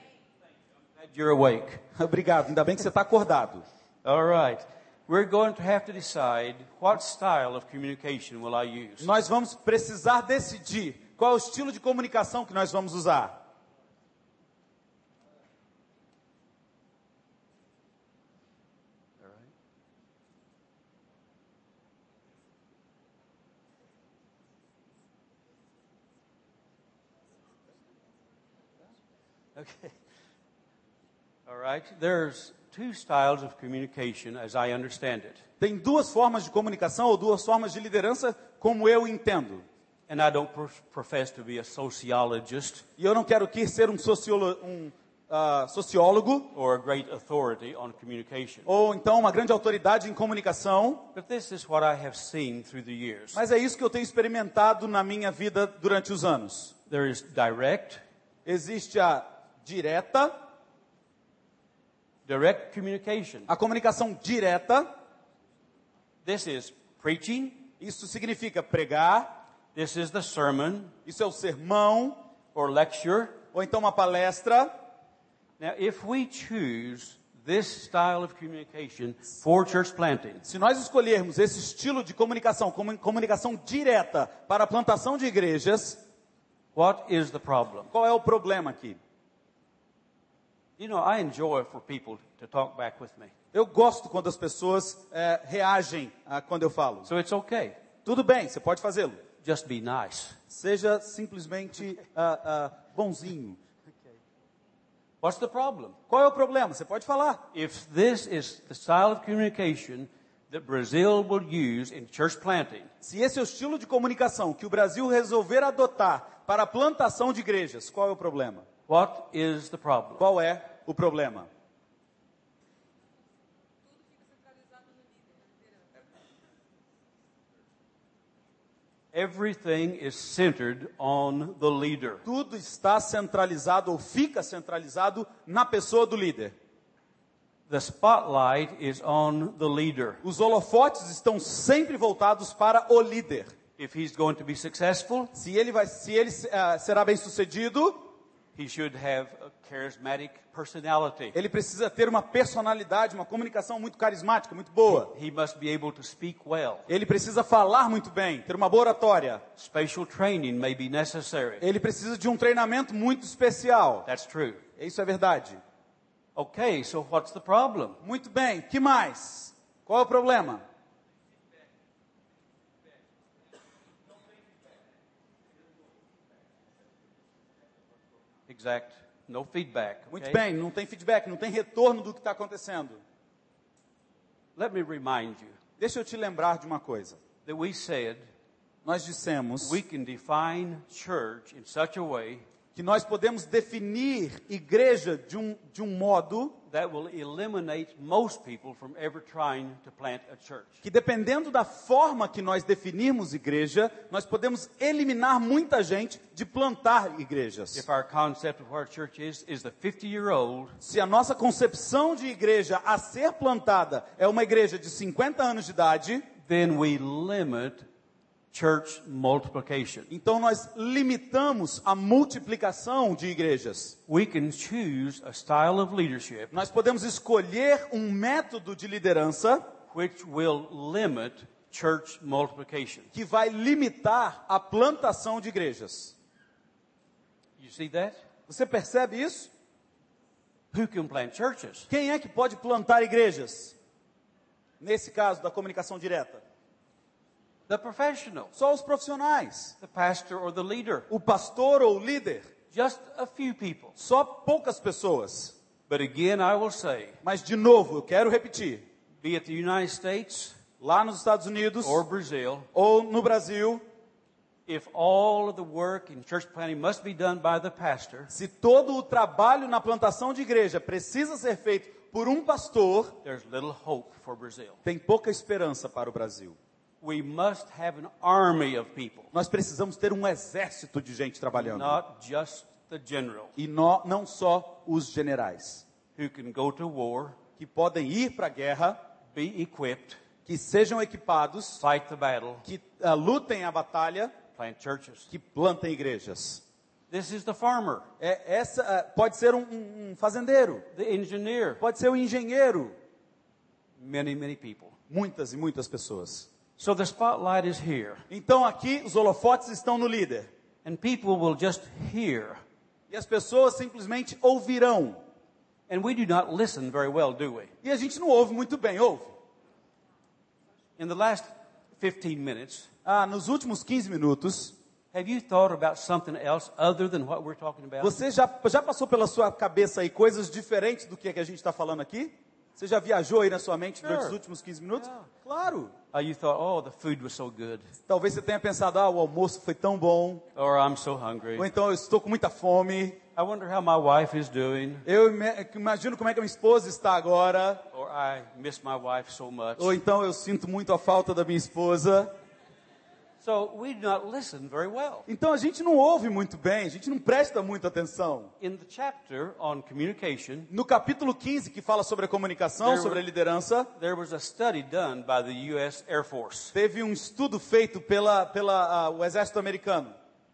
B: Glad you're awake.
C: Obrigado, ainda bem que você está acordado.
B: All right. We're going to have to decide what style of communication will I use.
C: Nós vamos precisar decidir qual é o estilo de comunicação que nós vamos usar.
B: Okay. All right. There's two styles of communication as I understand it.
C: Tem duas formas de comunicação ou duas formas de liderança, como eu entendo.
B: And I don't prof- profess to be a sociologist
C: E eu não quero aqui ser um, sociolo- um, ah, sociólogo
B: or a great authority on communication.
C: ou então uma grande autoridade em comunicação,
B: But this is what I have seen through the years.
C: mas é isso que eu tenho experimentado na minha vida durante os anos.
B: There is direct.
C: Existe a direta,
B: Direct communication.
C: a comunicação direta,
B: This is preaching.
C: isso significa pregar,
B: This is the sermon
C: isso é o sermão,
B: or lecture.
C: ou então uma palestra.
B: Now, if we choose this style of communication for church planting,
C: Se nós escolhermos esse estilo de comunicação, como comunicação direta para a plantação de igrejas,
B: what is the problem?
C: qual é o problema aqui?
B: You know, I enjoy for people to talk back with me.
C: Eu gosto quando as pessoas eh, reagem a quando eu falo.
B: So it's okay.
C: Tudo bem, você pode fazê-lo.
B: Just be nice.
C: Seja simplesmente ah, ah, bonzinho.
B: What's the problem?
C: Qual é o problema? Você pode falar.
B: If this is the style of communication that Brazil will use in church planting,
C: Se esse é o estilo de comunicação que o Brasil resolver adotar para a plantação de igrejas, qual é o problema?
B: what is the problem?
C: Qual é o problema?
B: Everything is centered on the leader.
C: Tudo está centralizado ou fica centralizado na pessoa do líder.
B: The spotlight is on the leader.
C: Os holofotes estão sempre voltados para o líder.
B: If he's going to be successful,
C: Se ele, vai, se ele eh, será bem sucedido,
B: He should have a charismatic personality.
C: ele precisa ter uma personalidade, uma comunicação muito carismática, muito boa.
B: He must be able to speak well.
C: Ele precisa falar muito bem, ter uma boa oratória.
B: Spatial training may be necessary.
C: Ele precisa de um treinamento muito especial.
B: That's true.
C: Isso é verdade.
B: Okay, so what's the problem?
C: Muito bem, que mais? Qual é o problema?
B: Exact. No feedback.
C: Muito
B: okay?
C: bem, não tem feedback, não tem retorno do que está acontecendo.
B: Let me remind you
C: Deixa eu te lembrar de uma coisa.
B: that we said
C: Nós dissemos
B: we can define church in such a way
C: que nós podemos definir igreja de um, de um modo
B: that will eliminate most people from ever trying to plant a church.
C: que, dependendo da forma que nós definirmos igreja, nós podemos eliminar muita gente de plantar igrejas.
B: If our concept of what a church is is the 50 year old,
C: Se a nossa concepção de igreja a ser plantada é uma igreja de 50 anos de idade,
B: then we limit church multiplication.
C: então nós limitamos a multiplicação de igrejas.
B: We can choose a style of leadership
C: Nós podemos escolher um método de liderança
B: which will limit church multiplication.
C: que vai limitar a plantação de igrejas.
B: You see that?
C: Você percebe isso?
B: Who can plant churches?
C: Quem é que pode plantar igrejas? Nesse caso da comunicação direta,
B: The professionals,
C: só os profissionais,
B: the pastor or the leader,
C: o pastor ou o líder,
B: just a few people.
C: só poucas pessoas.
B: But again, I will say,
C: Mas de novo, eu quero repetir,
B: be it the United States
C: lá nos Estados Unidos
B: or Brazil,
C: ou no Brasil,
B: if all of the work in church planting must be done by the pastor,
C: se todo o trabalho na plantação de igreja precisa ser feito por um pastor,
B: there's little hope for Brazil.
C: tem pouca esperança para o Brasil.
B: We must have an army of people,
C: Nós precisamos ter um exército de gente trabalhando.
B: not just the general
C: E nó- não só os generais,
B: who can go to war,
C: que podem ir para a guerra,
B: be equipped,
C: que sejam equipados,
B: fight the battle,
C: que ah, lutem a batalha,
B: plant churches.
C: que plantem igrejas.
B: This is the farmer,
C: É, essa, ah, pode ser um- um- um fazendeiro,
B: the engineer,
C: pode ser um engenheiro.
B: many, many people.
C: Muitas e muitas pessoas.
B: So the spotlight is here,
C: Então aqui os holofotes estão no líder.
B: and people will just hear.
C: E as pessoas simplesmente ouvirão.
B: And we do not listen very well, do we?
C: E a gente não ouve muito bem, ouve.
B: In the last 15 minutes,
C: Ah, nos últimos 15 minutos,
B: have you thought about something else other than what we're talking about?
C: você já, já passou pela sua cabeça aí coisas diferentes do que, é que a gente está falando aqui? Você já viajou aí na sua mente durante
B: Sure.
C: os últimos 15 minutos?
B: Yeah.
C: Claro.
B: Uh, you thought, oh, the food was so good,
C: Talvez você tenha pensado, ah, o almoço foi tão bom,
B: or I'm so hungry.
C: ou então eu estou com muita fome.
B: I wonder how my wife is doing,
C: Eu ime- imagino como é que a minha esposa está agora,
B: or I miss my wife so much.
C: ou então eu sinto muito a falta da minha esposa.
B: So we do not listen very well.
C: Então a gente não ouve muito bem, a gente não presta muita atenção.
B: In the chapter on communication,
C: No capítulo 15, que fala sobre a comunicação,
B: There-
C: sobre a liderança,
B: there was a study done by the U.S. Air Force,
C: teve um estudo feito pela, pela ah, o exército americano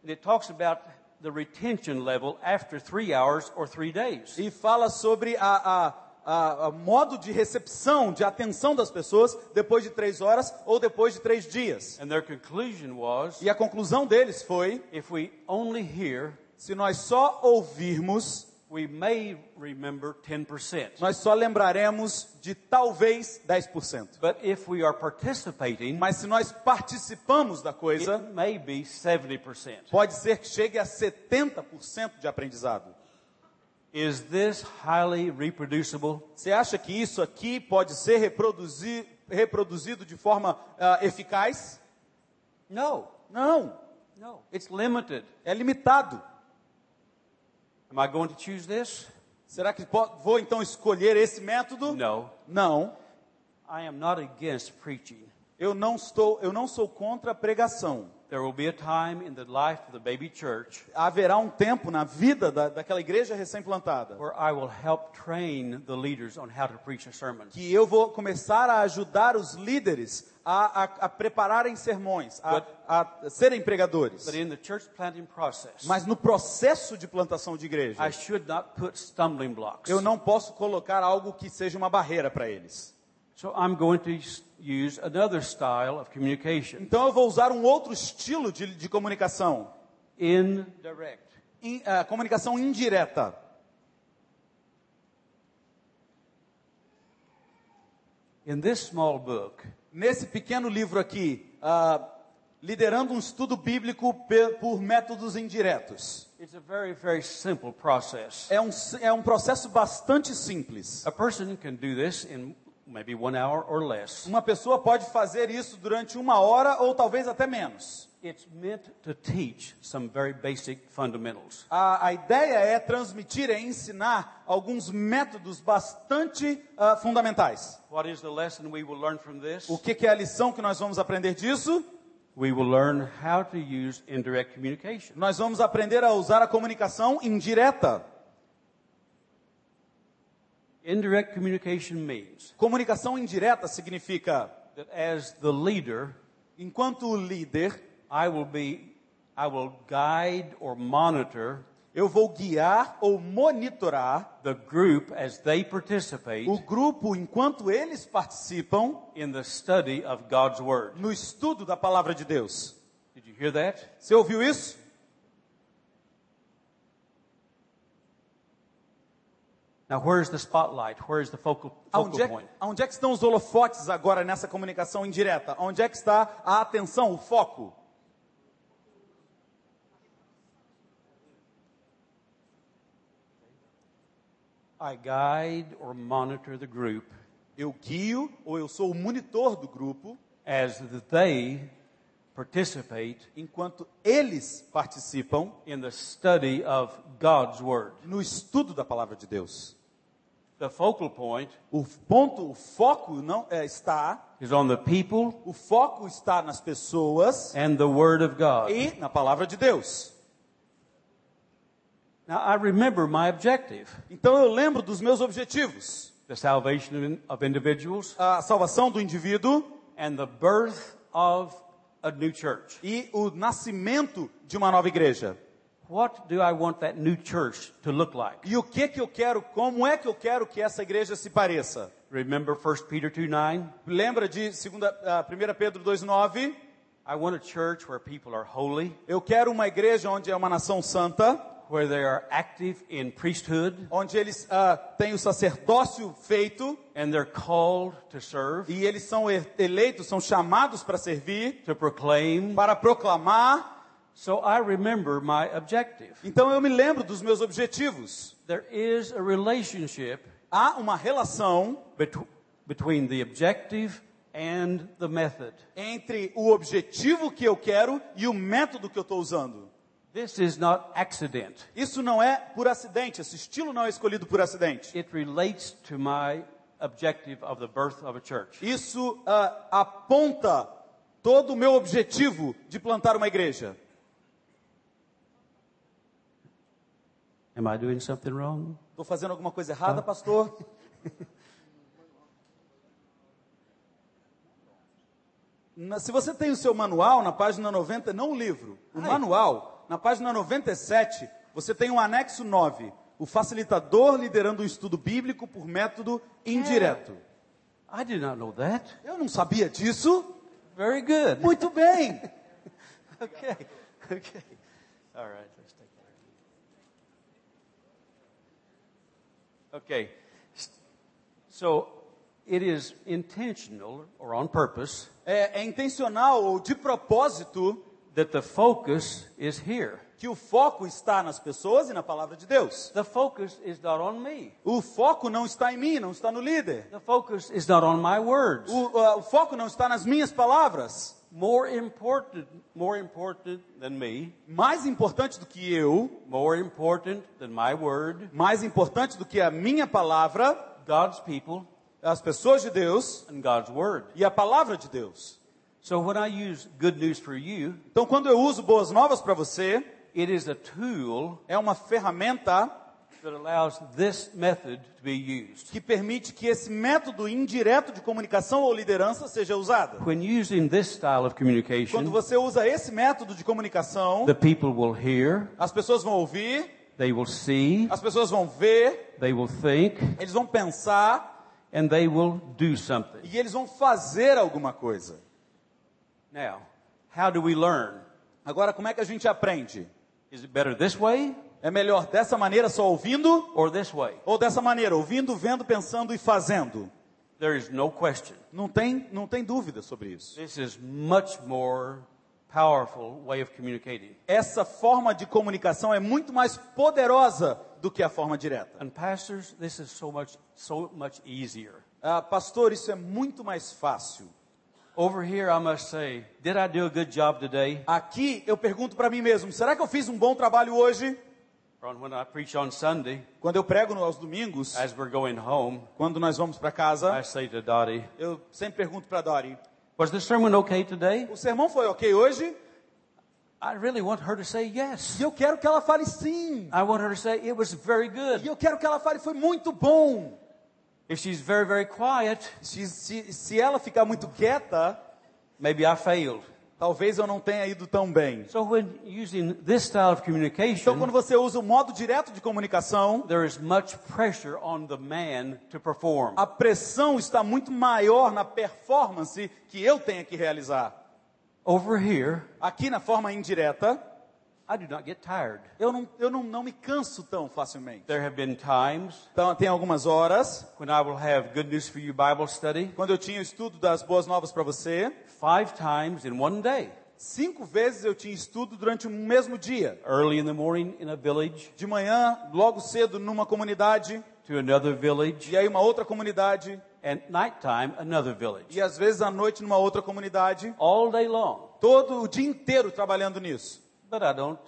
B: and it talks about the retention level after three hours or three days.
C: e fala sobre a, a, a- a modo de recepção, de atenção das pessoas depois de três horas ou depois de três dias.
B: And their conclusion was
C: E a conclusão deles foi:
B: if we only hear,
C: se nós só ouvirmos,
B: we may remember 10%.
C: nós só lembraremos de talvez 10%.
B: But if we are participating,
C: Mas se nós participamos da coisa,
B: it may be 70%.
C: pode ser que chegue a 70% de aprendizado.
B: Is this highly reproducible?
C: Você acha que isso aqui pode ser reproduzi- reproduzido de forma ah, eficaz?
B: No,
C: Não,
B: no. It's limited.
C: é limitado.
B: Am I going to choose this?
C: Será que po- vou então escolher esse método?
B: No.
C: Não,
B: I am not against preaching.
C: eu não estou, eu não sou contra a pregação.
B: There will be a time in the life of the baby church
C: Haverá um tempo na vida da, daquela igreja recém-plantada
B: where I will help train the leaders on how to preach a sermon.
C: que eu vou começar a ajudar os líderes a, a, a prepararem sermões,
B: But-
C: a, a serem pregadores.
B: But in the church planting process,
C: Mas no processo de plantação de igreja,
B: I should not put stumbling blocks.
C: eu não posso colocar algo que seja uma barreira para eles.
B: So I'm going to s- use another style of communication
C: Então eu vou usar um outro estilo de, de comunicação,
B: indirect.
C: In- ah, comunicação indireta.
B: In this small book,
C: Nesse pequeno livro aqui, ah, liderando um estudo bíblico pe- por métodos indiretos.
B: it's a very, very simple process.
C: É um, si- é um processo bastante simples.
B: A person can do this in maybe one hour or less.
C: Uma pessoa pode fazer isso durante uma hora ou talvez até menos.
B: It's meant to teach some very basic fundamentals.
C: A, a ideia é transmitir, é ensinar alguns métodos bastante ah, fundamentais.
B: What is the lesson we will learn from this?
C: O que, que é a lição que nós vamos aprender disso?
B: We will learn how to use indirect communication.
C: Nós vamos aprender a usar a comunicação indireta.
B: Indirect communication means
C: Comunicação indireta significa,
B: that as the leader,
C: enquanto líder,
B: I will be I will guide or monitor
C: eu vou guiar ou monitorar
B: the group as they participate
C: o grupo enquanto eles participam
B: in the study of God's word.
C: no estudo da palavra de Deus.
B: Did you hear that?
C: Você ouviu isso?
B: Now where's the spotlight? Where's the focal focal
C: Aonde é,
B: point?
C: aonde é que estão os holofotes agora nessa comunicação indireta? Onde é que está a atenção, o foco?
B: I guide or monitor the group
C: Eu guio ou eu sou o monitor do grupo
B: as they participate
C: enquanto eles participam
B: in the study of God's word.
C: no estudo da palavra de Deus.
B: The focal point
C: O ponto, o foco não é, está,
B: is on the people
C: o foco está nas pessoas
B: and the word of God.
C: e na palavra de Deus.
B: Now I remember my objective,
C: Então eu lembro dos meus objetivos:
B: the salvation of, in- of individuals
C: a salvação do indivíduo
B: and the birth of a new church.
C: e o nascimento de uma nova igreja.
B: What do I want that new church to look like?
C: E o que que eu quero, como é que eu quero que essa igreja se pareça?
B: Remember 1 Peter 2 9?
C: Lembra de segunda, ah, 1 Pedro 2,9?
B: I want a church where people are holy,
C: Eu quero uma igreja onde é uma nação santa,
B: where they are active in priesthood,
C: onde eles ah, têm o sacerdócio feito
B: and they're called to serve,
C: e eles são e- eleitos, são chamados para servir,
B: to proclaim.
C: para proclamar.
B: So I remember my objective.
C: Então eu me lembro dos meus objetivos.
B: There is a relationship
C: Há uma relação
B: bet- between the objective and the method.
C: entre o objetivo que eu quero e o método que eu estou usando.
B: This is not accident.
C: Isso não é por acidente, esse estilo não é escolhido por acidente.
B: It relates to my objective of the birth of a church.
C: Isso ah, aponta todo o meu objetivo de plantar uma igreja.
B: Am I doing something wrong?
C: Estou fazendo alguma coisa errada, pastor? Na- se você tem o seu manual na página 90, não o livro, o manual, na página 97, você tem um anexo 9, o facilitador liderando o estudo bíblico por método indireto.
B: I did not know that.
C: Eu não sabia disso?
B: Very good.
C: Muito bem.
B: Okay. Okay. All right. Let's take that. Okay. So it is intentional or on purpose
C: É, é intencional ou de propósito
B: that the focus is here.
C: que o foco está nas pessoas e na palavra de Deus.
B: The focus is not on me.
C: O foco não está em mim, não está no líder.
B: The focus is not on my words.
C: O, ah, o foco não está nas minhas palavras.
B: More important, more important than me,
C: Mais importante do que eu,
B: more important than my word,
C: mais importante do que a minha palavra,
B: God's people
C: as pessoas de Deus
B: and God's word.
C: e a palavra de Deus.
B: So when I use good news for you,
C: Então, quando eu uso boas novas para você,
B: it is a tool
C: é uma ferramenta
B: that allows this method to be used.
C: que permite que esse método indireto de comunicação ou liderança seja usado.
B: When using this style of
C: Quando
B: communication,
C: você usa esse método de comunicação,
B: the people will hear,
C: as pessoas vão ouvir,
B: they will see,
C: as pessoas vão ver,
B: they will think,
C: eles vão pensar
B: and they will do something.
C: e eles vão fazer alguma coisa.
B: Now, how do we learn?
C: Agora, como é que a gente aprende?
B: Is it better this way
C: É melhor dessa maneira só ouvindo
B: or this way?
C: ou dessa maneira ouvindo, vendo, pensando e fazendo?
B: There is no question.
C: Não tem, não tem dúvida sobre isso.
B: This is much more powerful way of communicating.
C: Essa forma de comunicação é muito mais poderosa do que a forma direta.
B: And pastors, this is so much so much easier.
C: Ah, pastor, isso é muito mais fácil.
B: Over here, I must say, did I do a good job today?
C: Aqui eu pergunto para mim mesmo: será que eu fiz um bom trabalho hoje?
B: Or when I preach on Sunday,
C: Quando eu prego no- aos domingos,
B: as we're going home,
C: quando nós vamos para
B: I
C: casa,
B: say to Dottie,
C: eu sempre pergunto para Dori:
B: Was the sermon okay today?
C: o sermão foi ok hoje?
B: I really want her to say yes.
C: E eu quero que ela fale sim.
B: I want her to say it was very
C: E
B: good.
C: eu quero que ela fale foi muito bom.
B: If she's very, very quiet,
C: Se, se, se ela ficar muito quieta,
B: maybe I failed.
C: talvez eu não tenha ido tão bem.
B: So when using this style of
C: Então, quando
B: communication,
C: você usa o modo direto de comunicação,
B: there is much pressure on the man to perform.
C: a pressão está muito maior na performance que eu tenha que realizar.
B: Over here,
C: Aqui na forma indireta,
B: I do not get tired.
C: eu não, eu não, não me canso tão facilmente.
B: There have been times
C: Então, tem algumas horas,
B: when I will have good news for you Bible study
C: quando eu tinha o estudo das boas novas para você,
B: five times in one day.
C: cinco vezes eu tinha estudo durante o mesmo dia.
B: Early in the morning in a village,
C: De manhã, logo cedo, numa comunidade,
B: to another village,
C: e aí uma outra comunidade,
B: and nighttime another village.
C: e às vezes à noite numa outra comunidade,
B: All day long.
C: todo o dia inteiro trabalhando nisso.
B: But I don't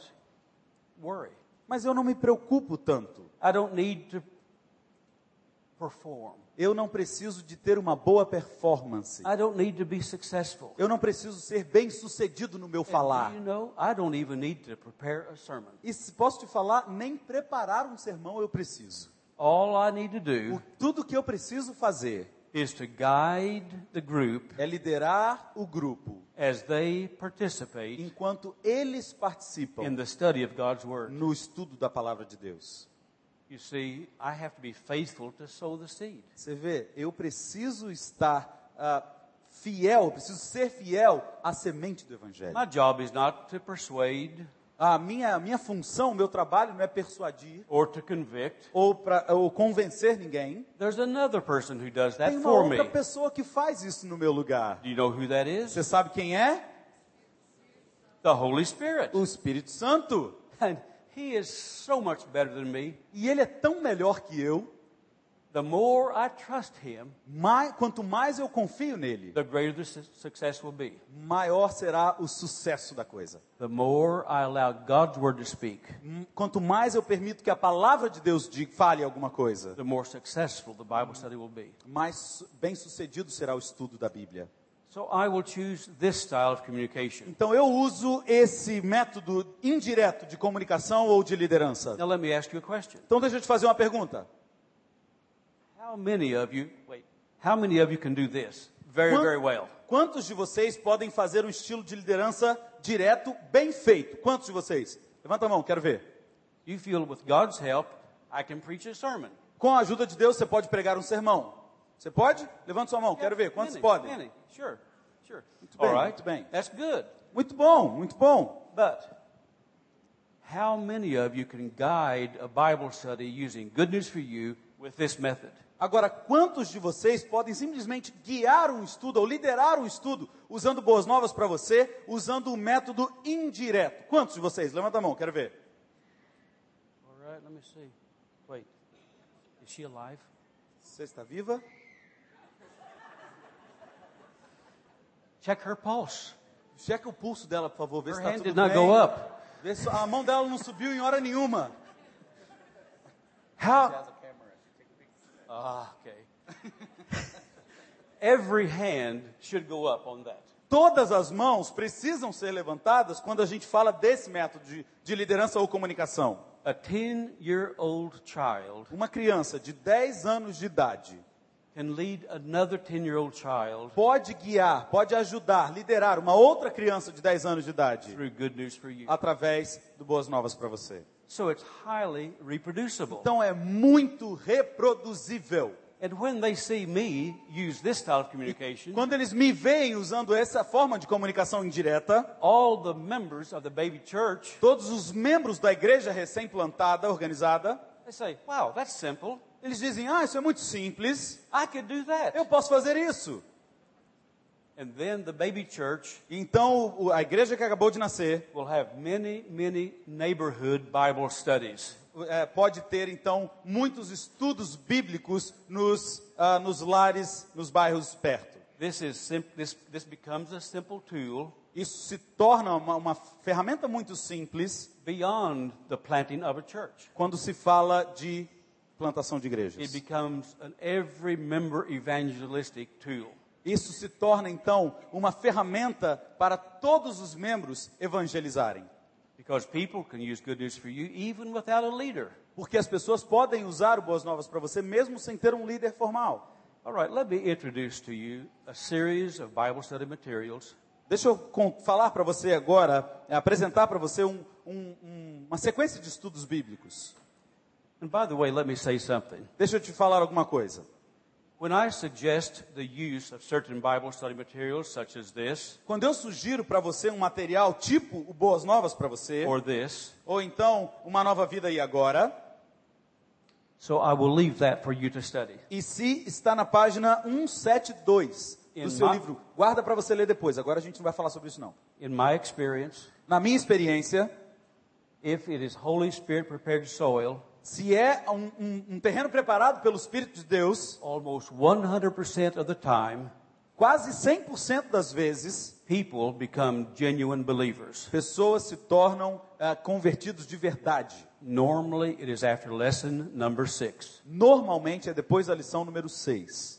B: worry.
C: Mas eu não me preocupo tanto.
B: I don't need to perform.
C: Eu não preciso de ter uma boa performance.
B: I don't need to be successful.
C: Eu não preciso ser bem sucedido no meu falar.
B: And do you know, I don't even need to prepare a sermon.
C: E se posso te falar, nem preparar um sermão eu preciso.
B: All I need to
C: O,
B: do
C: tudo que eu preciso fazer
B: is to guide the group
C: é liderar o grupo
B: as they participate
C: enquanto eles
B: in
C: participam
B: the study of God's Word.
C: no estudo da palavra de Deus.
B: You see, I have to be faithful to sow the seed.
C: Você vê, eu preciso estar ah, fiel, eu preciso ser fiel à semente do evangelho.
B: My job is not to persuade
C: A minha, a minha função, o meu trabalho não é persuadir
B: or to convict.
C: ou, pra, ou convencer ninguém.
B: There's another person who does that
C: Tem uma
B: for me.
C: outra pessoa que faz isso no meu lugar.
B: Do you know who that is?
C: Você sabe quem é?
B: The Holy Spirit.
C: O Espírito Santo.
B: And he is so much better than me.
C: E ele é tão melhor que eu,
B: The more I trust him,
C: mai- quanto mais eu confio nele,
B: the greater the su- success will be.
C: maior será o sucesso da coisa.
B: The more I allow God's word to speak,
C: Hum, Quanto mais eu permito que a palavra de Deus diga- fale alguma coisa,
B: the more successful the Bible study will be.
C: mais su- bem sucedido será o estudo da Bíblia.
B: So I will choose this style of communication.
C: Então eu uso esse método indireto de comunicação ou de liderança.
B: Now let me ask you a question.
C: Então deixa eu te fazer uma pergunta.
B: How many of you, wait, how many of you can do this very,
C: Quan-
B: very well?
C: Quantos de vocês podem fazer um estilo de liderança direto, bem feito? Quantos de vocês? Levanta a mão, quero ver.
B: You feel with God's help, I can preach a sermon.
C: Com a ajuda de Deus, você pode pregar um sermão. Você pode? Levanta sua mão, quero ver. Quantos
B: Many,
C: podem?
B: many. Sure, sure.
C: bem,
B: All right.
C: muito bem.
B: That's good.
C: Muito bom, muito bom.
B: But how many of you can guide a Bible study using Good News for You with this method?
C: Agora, quantos de vocês podem simplesmente guiar um estudo ou liderar um estudo usando boas novas para você, usando o método indireto? Quantos de vocês? Levanta a mão, quero ver.
B: All right, let me see. Wait, is she alive?
C: Você está viva?
B: Check her pulse.
C: Checa o pulso dela, por favor, vê
B: Her
C: se está
B: hand
C: tudo
B: did not
C: bem.
B: go up.
C: Vê se a mão dela não subiu em hora nenhuma.
B: How? Ah, okay. Every hand should go up on that.
C: Todas as mãos precisam ser levantadas quando a gente fala desse método de, de liderança ou comunicação.
B: A 10 year old child
C: Uma criança de 10 anos de idade
B: can lead another 10 year old child
C: pode guiar, pode ajudar, liderar uma outra criança de 10 anos de idade
B: through good news for you.
C: através do Boas Novas para você.
B: So it's highly reproducible.
C: Então é muito reproduzível.
B: And when they see me use this style of communication,
C: Quando eles me veem usando essa forma de comunicação indireta,
B: all the members of the baby church
C: todos os membros da igreja recém-plantada, organizada,
B: they say, "Wow, that's simple.
C: eles dizem: Ah, isso é muito simples,
B: I could do that."
C: eu posso fazer isso.
B: And then the baby church
C: Então, o- a igreja que acabou de nascer
B: will have many, many neighborhood Bible studies.
C: eh, pode ter, então, muitos estudos bíblicos nos, ah, nos lares, nos bairros perto.
B: This, is sim- this, this becomes a simple tool
C: Isso se torna uma, uma ferramenta muito simples
B: beyond the planting of a church.
C: quando se fala de plantação de
B: It
C: igrejas.
B: becomes an every member evangelistic tool.
C: Isso se torna então uma ferramenta para todos os membros evangelizarem.
B: Because people can use good news for you even without a leader.
C: Porque as pessoas podem usar o Boas Novas para você mesmo sem ter um líder formal.
B: All right, let me introduce to you a series of Bible study materials
C: Deixa eu con- falar para você agora, eh, apresentar para você um- um- um- uma sequência de estudos bíblicos.
B: And by the way, let me say something.
C: Deixa eu te falar alguma coisa.
B: When I suggest the use of certain Bible study materials such as this
C: Quando eu sugiro para você um material tipo o Boas Novas para você,
B: or this,
C: ou então uma nova vida e agora,
B: so I will leave that for you to study.
C: e se está na página 172
B: Em
C: do seu
B: Ma-
C: livro, guarda para você ler depois. Agora a gente não vai falar sobre isso não.
B: In my experience,
C: Na minha experiência,
B: if it is Holy Spirit prepared soil,
C: se é um, um- um terreno preparado pelo Espírito de Deus,
B: almost 100% of the time,
C: quase 100% das vezes,
B: people become genuine believers.
C: pessoas se tornam ah, convertidos de verdade.
B: Normally, it is after lesson number six.
C: Normalmente é depois da lição número 6.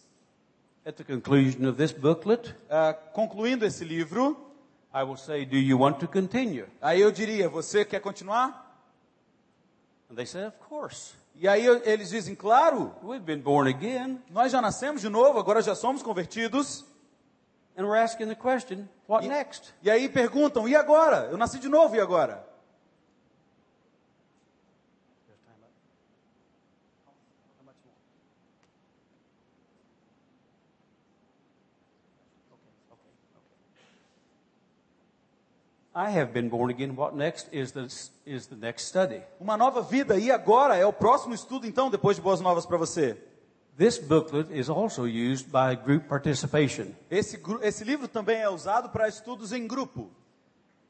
B: At the conclusion of this booklet,
C: Ah, concluindo esse livro,
B: I will say, Do you want to continue?
C: aí eu diria: Você quer continuar?
B: And they say, Of course.
C: E aí eu- eles dizem: Claro,
B: We've been born again.
C: nós já nascemos de novo, agora já somos convertidos.
B: And we're asking the question, what
C: Yeah.
B: next?
C: E aí perguntam: E agora? Eu nasci de novo, e agora?
B: I have been born again. What next is the, is the next study.
C: Uma nova vida, e agora? É o próximo estudo, então, depois de Boas Novas para você.
B: This booklet is also used by group participation.
C: Esse, gru- esse livro também é usado para estudos em grupo.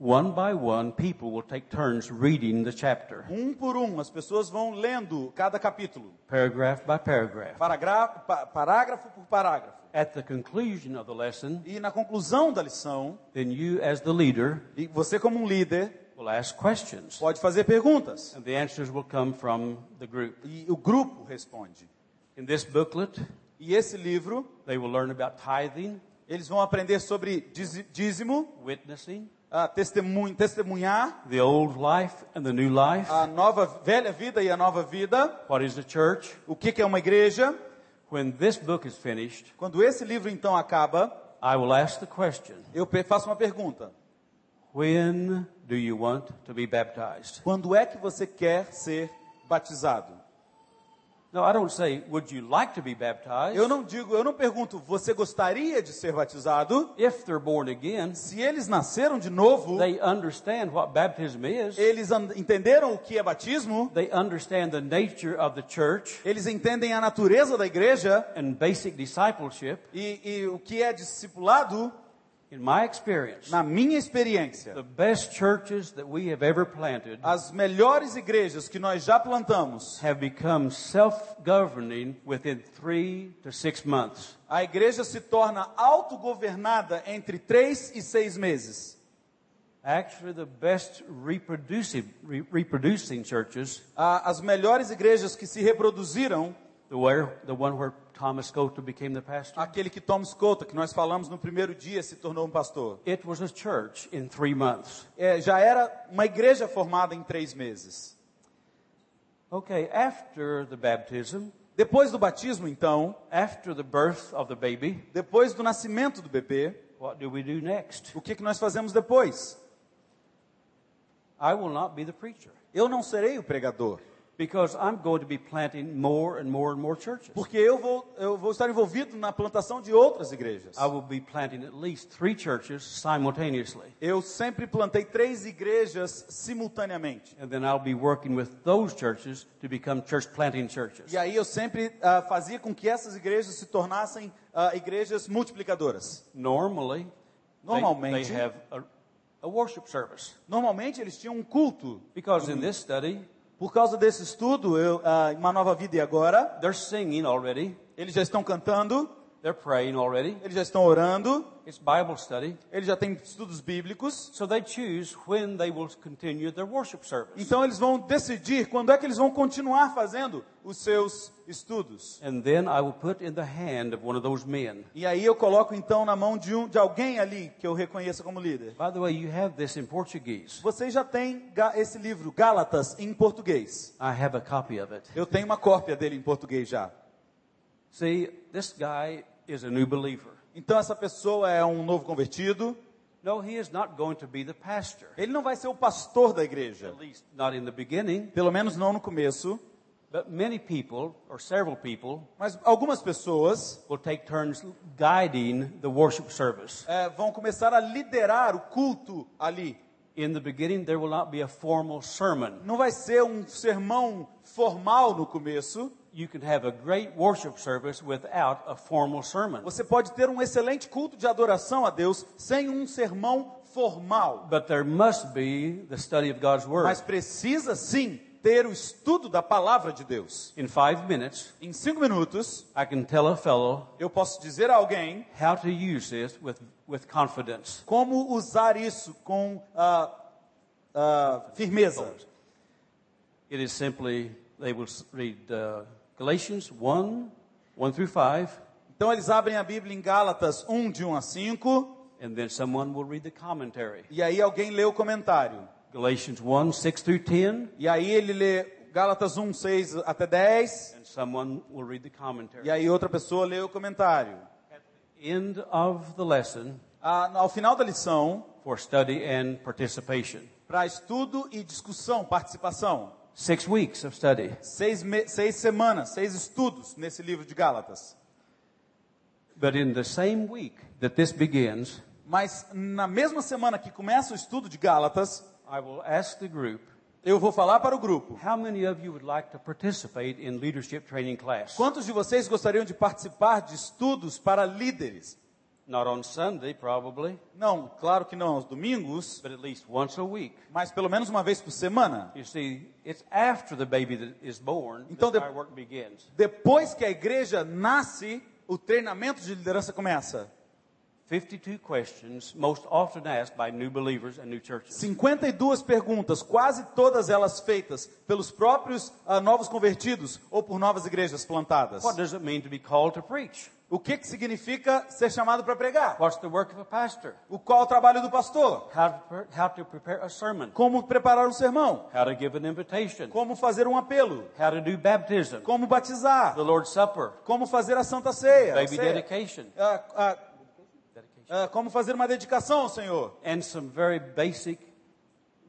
B: One by one, people will take turns reading the chapter,
C: Um por um, as pessoas vão lendo cada capítulo,
B: paragraph by paragraph.
C: paragra- pa- parágrafo por parágrafo.
B: At the conclusion of the lesson,
C: E na conclusão da lição,
B: then you, as the leader,
C: e você como um líder
B: will ask questions.
C: pode fazer perguntas
B: And the answers will come from the group.
C: e o grupo responde.
B: In this booklet,
C: E esse livro,
B: they will learn about tithing,
C: eles vão aprender sobre dizi- dízimo,
B: witnessing,
C: a testemun- testemunhar
B: the old life and the new life,
C: a nova velha vida e a nova vida,
B: what is the church,
C: o que que é uma igreja.
B: When this book is finished,
C: Quando esse livro então acaba,
B: I will ask the question
C: eu pe- faço uma pergunta:
B: When do you want to be baptized?
C: Quando é que você quer ser batizado?
B: No, I don't say, Would you like to be baptized?
C: Eu não digo, eu não pergunto, você gostaria de ser batizado?
B: If they're born again,
C: Se eles nasceram de novo,
B: they understand what baptism is,
C: eles an- entenderam o que é batismo,
B: they understand the nature of the church
C: eles entendem a natureza da igreja
B: and basic discipleship.
C: e, e o que é discipulado.
B: In my experience,
C: Na minha experiência,
B: the best churches that we have ever planted
C: as melhores igrejas que nós já plantamos,
B: have become self governing within three to six months.
C: a igreja se torna autogovernada entre três e seis meses.
B: Actually, the best reproducing, re- reproducing churches
C: A- As melhores igrejas que se reproduziram,
B: The where the one where Thomas Goethe became the pastor.
C: aquele que Thomas Cota, que nós falamos no primeiro dia, se tornou um pastor.
B: It was a church in three months.
C: É, já era uma igreja formada em três meses.
B: Okay, after the baptism,
C: Depois do batismo, então,
B: after the birth of the baby,
C: depois do nascimento do bebê,
B: what do we do next?
C: o que, que nós fazemos depois?
B: I will not be the preacher
C: Eu não serei o pregador,
B: because I'm going to be planting more and more and more churches.
C: porque eu vou, eu vou estar envolvido na plantação de outras igrejas.
B: I will be planting at least three churches simultaneously.
C: Eu sempre plantei três igrejas simultaneamente.
B: And then I'll be working with those churches to become church planting churches.
C: E aí eu sempre ah, fazia com que essas igrejas se tornassem ah, igrejas multiplicadoras.
B: Normally, they-
C: Normalmente-
B: they have a, a worship service
C: Normalmente eles tinham um culto.
B: because in this study,
C: Por causa desse estudo, eu, ah, Uma Nova Vida e Agora,
B: They're singing already.
C: eles já estão cantando,
B: They're praying already.
C: Eles já estão orando,
B: It's Bible study.
C: eles já têm estudos bíblicos.
B: So they choose when they will continue their worship service.
C: Então eles vão decidir quando é que eles vão continuar fazendo os seus estudos.
B: And then I will put in the hand of one of those men.
C: E aí eu coloco então na mão de um de alguém ali que eu reconheça como líder.
B: By the way, you have this in Portuguese.
C: Vocês já têm ga- esse livro Gálatas em português.
B: I have a copy of it.
C: Eu tenho uma cópia dele em português já.
B: See, this guy is a new believer.
C: Então essa pessoa é um novo convertido.
B: No, he is not going to be the pastor.
C: Ele não vai ser o pastor da igreja,
B: At least not in the beginning.
C: pelo menos não no começo,
B: But many people, or several people,
C: mas algumas pessoas
B: will take turns guiding the worship service.
C: eh, vão começar a liderar o culto ali.
B: In the beginning, there will not be a formal sermon.
C: Não vai ser um sermão formal no começo.
B: You can have a great worship service without a formal sermon.
C: Você pode ter um excelente culto de adoração a Deus sem um sermão formal,
B: But there must be the study of God's Word.
C: mas precisa sim ter o estudo da palavra de Deus.
B: In five minutes,
C: Em cinco minutos,
B: I can tell a fellow
C: eu posso dizer a alguém
B: how to use this with, with confidence.
C: como usar isso com ah, ah, firmeza.
B: It is simply, they will s- read uh, Galatians 1, 1 through 5,
C: Então eles abrem a Bíblia em Gálatas 1, de 1 a 5,
B: and then someone will read the commentary.
C: e aí alguém lê o comentário.
B: Galatians 1, 6 through 10,
C: E aí ele lê Gálatas 1, 6 até 10,
B: and someone will read the commentary.
C: e aí outra pessoa lê o comentário.
B: End of the lesson
C: Ah, ao final da lição,
B: for study and participation.
C: para estudo e discussão, participação,
B: Six weeks of study.
C: seis, me- seis semanas, seis estudos nesse livro de Gálatas.
B: But in the same week that this begins,
C: Mas na mesma semana que começa o estudo de Gálatas,
B: I will ask the group
C: eu vou falar para o grupo.
B: How many of you would like to participate in leadership training class?
C: Quantos de vocês gostariam de participar de estudos para líderes?
B: Not on Sunday, probably,
C: Não, claro que não aos domingos,
B: but at least once a week.
C: mas pelo menos uma vez por semana.
B: You see, it's after the baby that is born
C: Então, de-
B: that our work begins.
C: Depois que a igreja nasce, o treinamento de liderança começa.
B: 52 questions, most often asked by new believers and new churches.
C: 52 perguntas, quase todas elas feitas pelos próprios ah, novos convertidos ou por novas igrejas plantadas.
B: What does it mean to be called to preach?
C: O que, que significa ser chamado para pregar?
B: What's the work of a pastor?
C: O qual é o trabalho do pastor?
B: How to, pre- how to prepare a sermon?
C: Como preparar um sermão?
B: How to give an invitation?
C: Como fazer um apelo?
B: How to do baptism?
C: Como batizar?
B: The Lord's Supper?
C: Como fazer a santa ceia?
B: Baby
C: ceia.
B: dedication?
C: Ah, ah, ah, como fazer uma dedicação ao Senhor?
B: And some very basic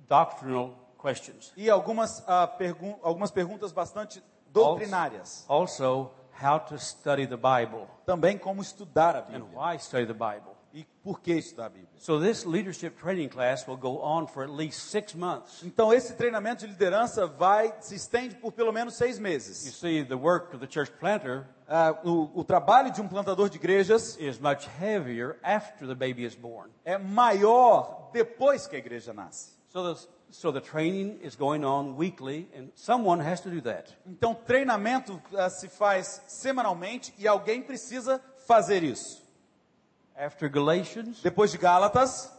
B: doctrinal questions.
C: E algumas, ah, pergun- algumas perguntas bastante doutrinárias.
B: Also, how to study the Bible
C: Também como estudar a
B: and
C: Bíblia.
B: why study the Bible.
C: E por que estudar a Bíblia?
B: So, this leadership training class will go on for at least six months.
C: Então, esse treinamento de liderança vai se estende por pelo menos seis
B: You
C: meses.
B: see, the work of the church planter
C: Ah, o, o trabalho de um plantador de igrejas
B: is much heavier after the baby is born.
C: é maior depois que a igreja nasce.
B: So, the, so the training is going on weekly, and someone has to do that.
C: Então, treinamento ah, se faz semanalmente e alguém precisa fazer isso.
B: After Galatians,
C: Depois de Gálatas,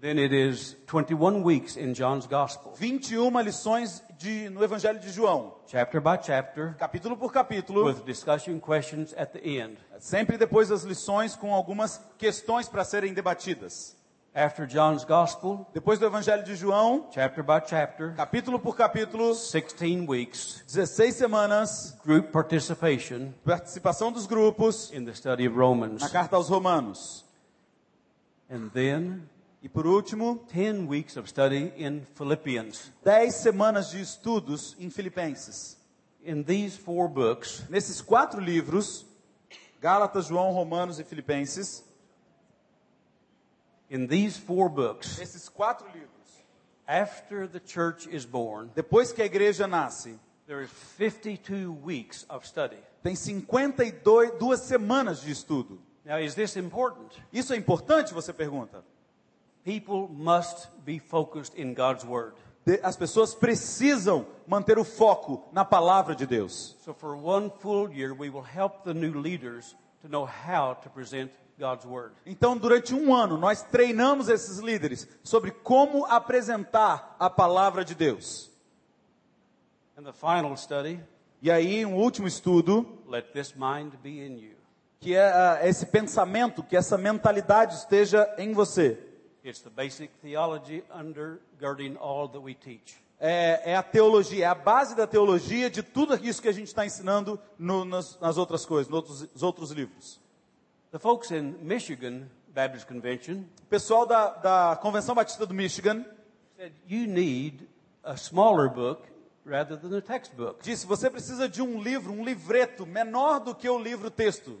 B: then it is 21 weeks in John's Gospel,
C: 21 lições de, no Evangelho de João,
B: chapter by chapter,
C: capítulo por capítulo.
B: with discussion questions at the end.
C: Sempre depois das lições com algumas questões para serem debatidas.
B: After John's Gospel,
C: Depois do Evangelho de João,
B: chapter by chapter,
C: capítulo por capítulo,
B: 16 weeks,
C: 16 semanas,
B: group participation
C: participação dos grupos
B: in the study of Romans.
C: na carta aos Romanos.
B: And then
C: E por último,
B: 10 weeks of study in Philippians.
C: 10 semanas de estudos em Filipenses.
B: In these four books,
C: Nesses quatro livros, Gálatas, João, Romanos e Filipenses,
B: in these four books,
C: nesses quatro livros,
B: after the church is born,
C: depois que a igreja nasce,
B: there is 52 weeks of study.
C: tem 52 duas semanas de estudo.
B: Now, is this important?
C: Isso é importante, você pergunta?
B: People must be focused in God's Word.
C: De- As pessoas precisam manter o foco na palavra de Deus.
B: So, for one full year, we will help the new leaders to know how to present God's Word.
C: Então, durante um ano, nós treinamos esses líderes sobre como apresentar a palavra de Deus.
B: And the final study
C: E aí, um último estudo,
B: let this mind be in you.
C: que é ah, esse pensamento, que essa mentalidade esteja em você.
B: It's the basic theology undergirding all that we teach.
C: É, é a teologia, é a base da teologia de tudo isso que a gente está ensinando no- nas, nas outras coisas, nos outros, nos outros livros.
B: The folks in Michigan Baptist Convention
C: O pessoal da, da Convenção Batista do Michigan
B: said you need a smaller book rather than a textbook.
C: disse: você precisa de um livro, um livreto menor do que o livro-texto.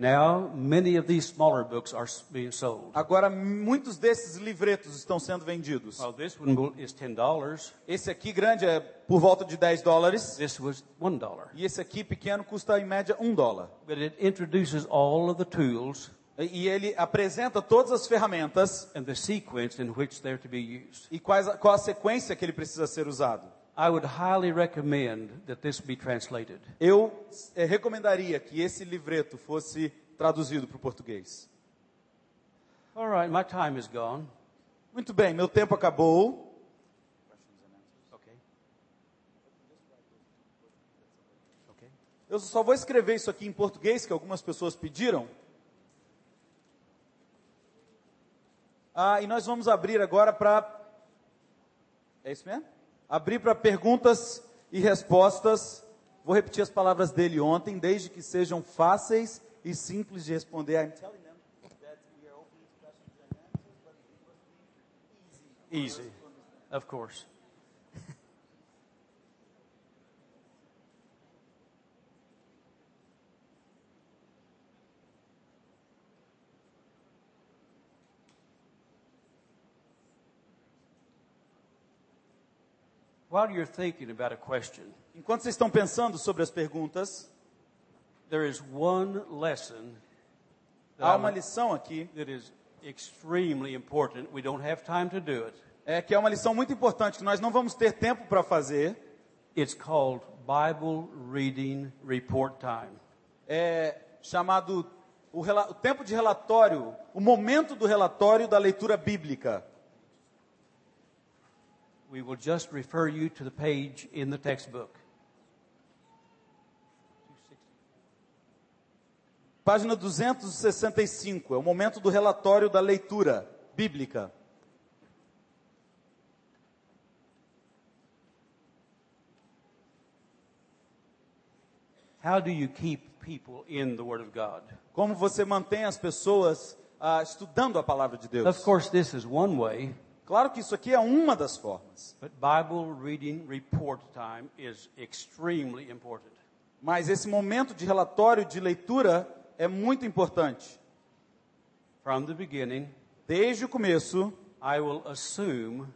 B: Now, many of these smaller books are s- being sold.
C: Agora, muitos desses livretos estão sendo vendidos.
B: Well, this one will- is $10.
C: Esse aqui grande é por volta de 10 dólares.
B: This was $1.
C: E esse aqui pequeno custa em média 1 dólar.
B: But it introduces all of the tools
C: E e ele apresenta todas as ferramentas
B: and the sequence in which they're to be used.
C: e quais a- qual a sequência que ele precisa ser usado.
B: I would highly recommend that this be translated.
C: Eu eh, recomendaria que esse livreto fosse traduzido para o português.
B: All right, my time is gone.
C: Muito bem, meu tempo acabou.
B: Okay. Okay.
C: Eu só vou escrever isso aqui em português, que algumas pessoas pediram. Ah, e nós vamos abrir agora para. É isso mesmo? Abrir para perguntas e respostas. Vou repetir as palavras dele ontem, desde que sejam fáceis e simples de responder. I'm telling them that we are open to questions and answers, but it was
B: Easy. Of course. While you're thinking about a question,
C: Enquanto vocês estão pensando sobre as perguntas,
B: there is one lesson that, I
C: há uma
B: would-
C: lição aqui,
B: that is extremely important. We don't have time to do it.
C: é, que é uma lição muito importante, que nós não vamos ter tempo para fazer.
B: It's called Bible Reading Report Time.
C: É chamado o, rela- o tempo de relatório, o momento do relatório da leitura bíblica.
B: We will just refer you to the page in the textbook.
C: Página 265, é o momento do relatório da leitura bíblica.
B: How do you keep people in the Word of God?
C: Como você mantém as pessoas ah, estudando a palavra de
B: Of
C: Deus.
B: course, this is one way,
C: Claro que isso aqui é uma das formas,
B: but Bible Reading Report Time is extremely important.
C: mas esse momento de relatório de leitura é muito importante.
B: From the beginning,
C: Desde o começo,
B: I will assume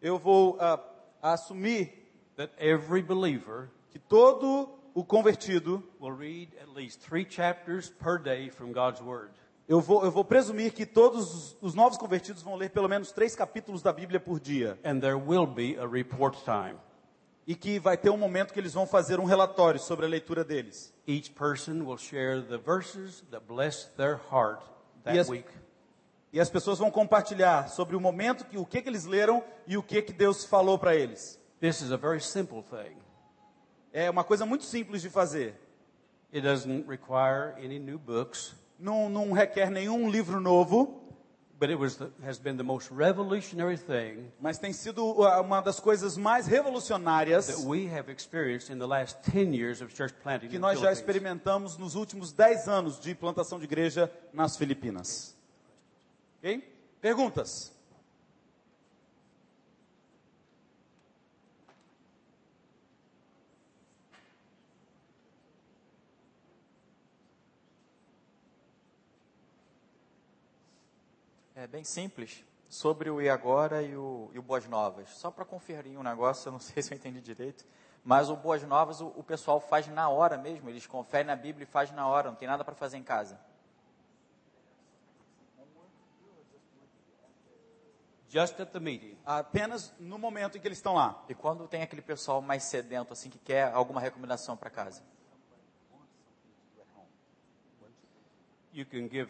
C: eu vou ah, assumir
B: that every believer
C: que todo o convertido,
B: will read at least three chapters per day from God's Word.
C: eu vou, eu vou presumir que todos os, os novos convertidos vão ler pelo menos três capítulos da Bíblia por dia.
B: And there will be a report time.
C: E que vai ter um momento que eles vão fazer um relatório sobre a leitura deles.
B: Each person will share the verses that bless their heart that
C: Yes.
B: week.
C: E as pessoas vão compartilhar sobre o momento, que, o que, que eles leram e o que, que Deus falou para eles.
B: This is a very simple thing.
C: É uma coisa muito simples de fazer.
B: It doesn't require any new books,
C: Não, não requer nenhum livro novo,
B: but it was the, has been the most revolutionary thing
C: mas tem sido ah, uma das coisas mais
B: that
C: revolucionárias
B: we have experienced in the last 10 years of church planting.
C: que
B: in
C: nós
B: the
C: já
B: Philippines.
C: experimentamos nos últimos 10 anos de implantação de igreja nas Filipinas. Ok? Perguntas?
D: É bem simples. Sobre o E Agora e o, e o Boas Novas. Só para conferir um negócio, eu não sei se eu entendi direito, mas o Boas Novas o, o pessoal faz na hora mesmo. Eles conferem na Bíblia e faz na hora. Não tem nada para fazer em casa.
B: Just at the meeting.
C: Apenas no momento em que eles estão lá.
D: E quando tem aquele pessoal mais sedento, assim, que quer alguma recomendação para casa?
B: you can give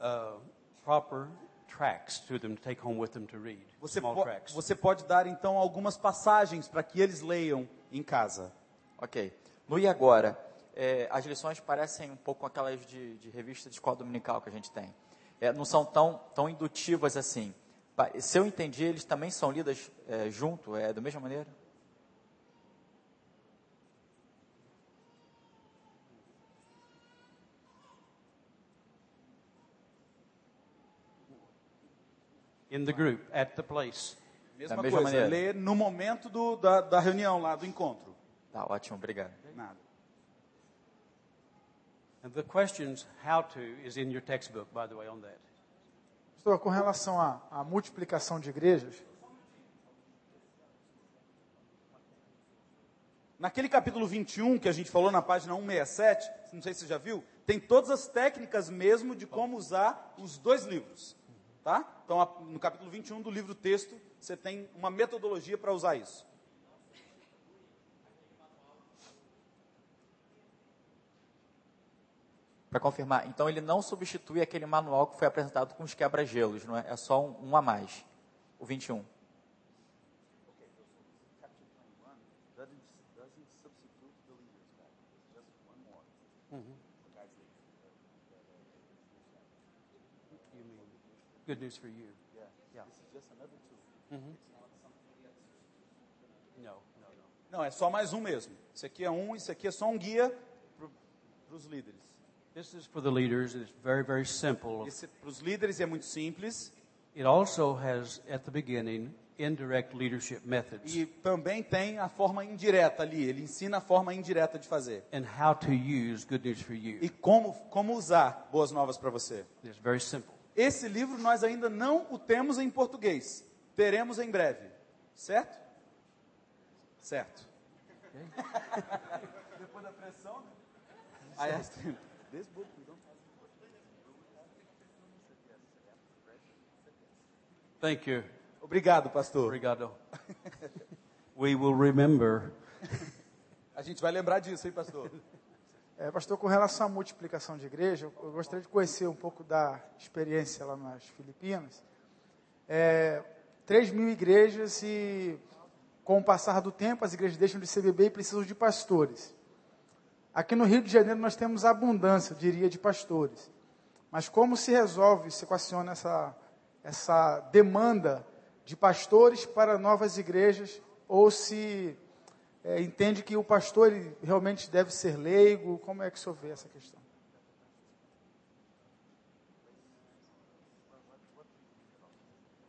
B: uh, proper tracts to them to take home with them to read.
C: Você,
B: Small
C: po-
B: tracts.
C: você pode dar então algumas passagens para que eles leiam em casa.
D: Ok. No E Agora, é, as lições parecem um pouco aquelas de, de revista de escola dominical que a gente tem. É, não são tão, tão indutivas assim. Pa- Se eu entendi, eles também são lidas é, junto, é da mesma maneira?
B: in the group at the place.
C: Mesma,
D: Da mesma
C: coisa,
D: maneira.
C: ler no momento do- da, da reunião lá, do encontro.
D: Tá, ótimo, obrigado.
C: Nada.
B: And the questions how to is in your textbook, by the way, on that.
E: Pastor, com relação à, à multiplicação de igrejas,
C: Naquele capítulo 21 que a gente falou na página 167, não sei se você já viu, tem todas as técnicas mesmo de como usar os dois livros, tá? Então, a- no capítulo 21 do livro texto, você tem uma metodologia para usar isso.
D: Para confirmar, então ele não substitui aquele manual que foi apresentado com os quebra-gelos, não é? É só um, um a mais, o 21.
B: Good news for you. Yeah. Mm-hmm. No, no, no.
C: Não, é só mais um mesmo. Isso aqui é um, isso aqui é só um guia para os líderes.
B: This is for the leaders. It's very, very simple.
C: Esse para os líderes é muito simples
B: It also has, at the beginning, indirect leadership methods
C: e também tem a forma indireta ali. Ele ensina a forma indireta de fazer
B: and how to use Good News for
C: e
B: You.
C: como como usar boas novas para você.
B: It's very simple.
C: Esse livro nós ainda não o temos em português. Teremos em breve, certo? Certo. Depois da pressão, né? I asked him, this book we don't have.
B: Thank you.
C: Obrigado, pastor.
B: Obrigado. we will remember.
C: A gente vai lembrar disso, hein, pastor?
E: é, pastor, com relação à multiplicação de igreja, eu gostaria de conhecer um pouco da experiência lá nas Filipinas. É, 3 mil igrejas e, com o passar do tempo, as igrejas deixam de ser bebê e precisam de pastores. Aqui no Rio de Janeiro nós temos abundância, eu diria, de pastores. Mas como se resolve, se equaciona essa, essa demanda de pastores para novas igrejas? Ou se eh, entende que o pastor ele realmente deve ser leigo? Como é que o senhor vê essa questão?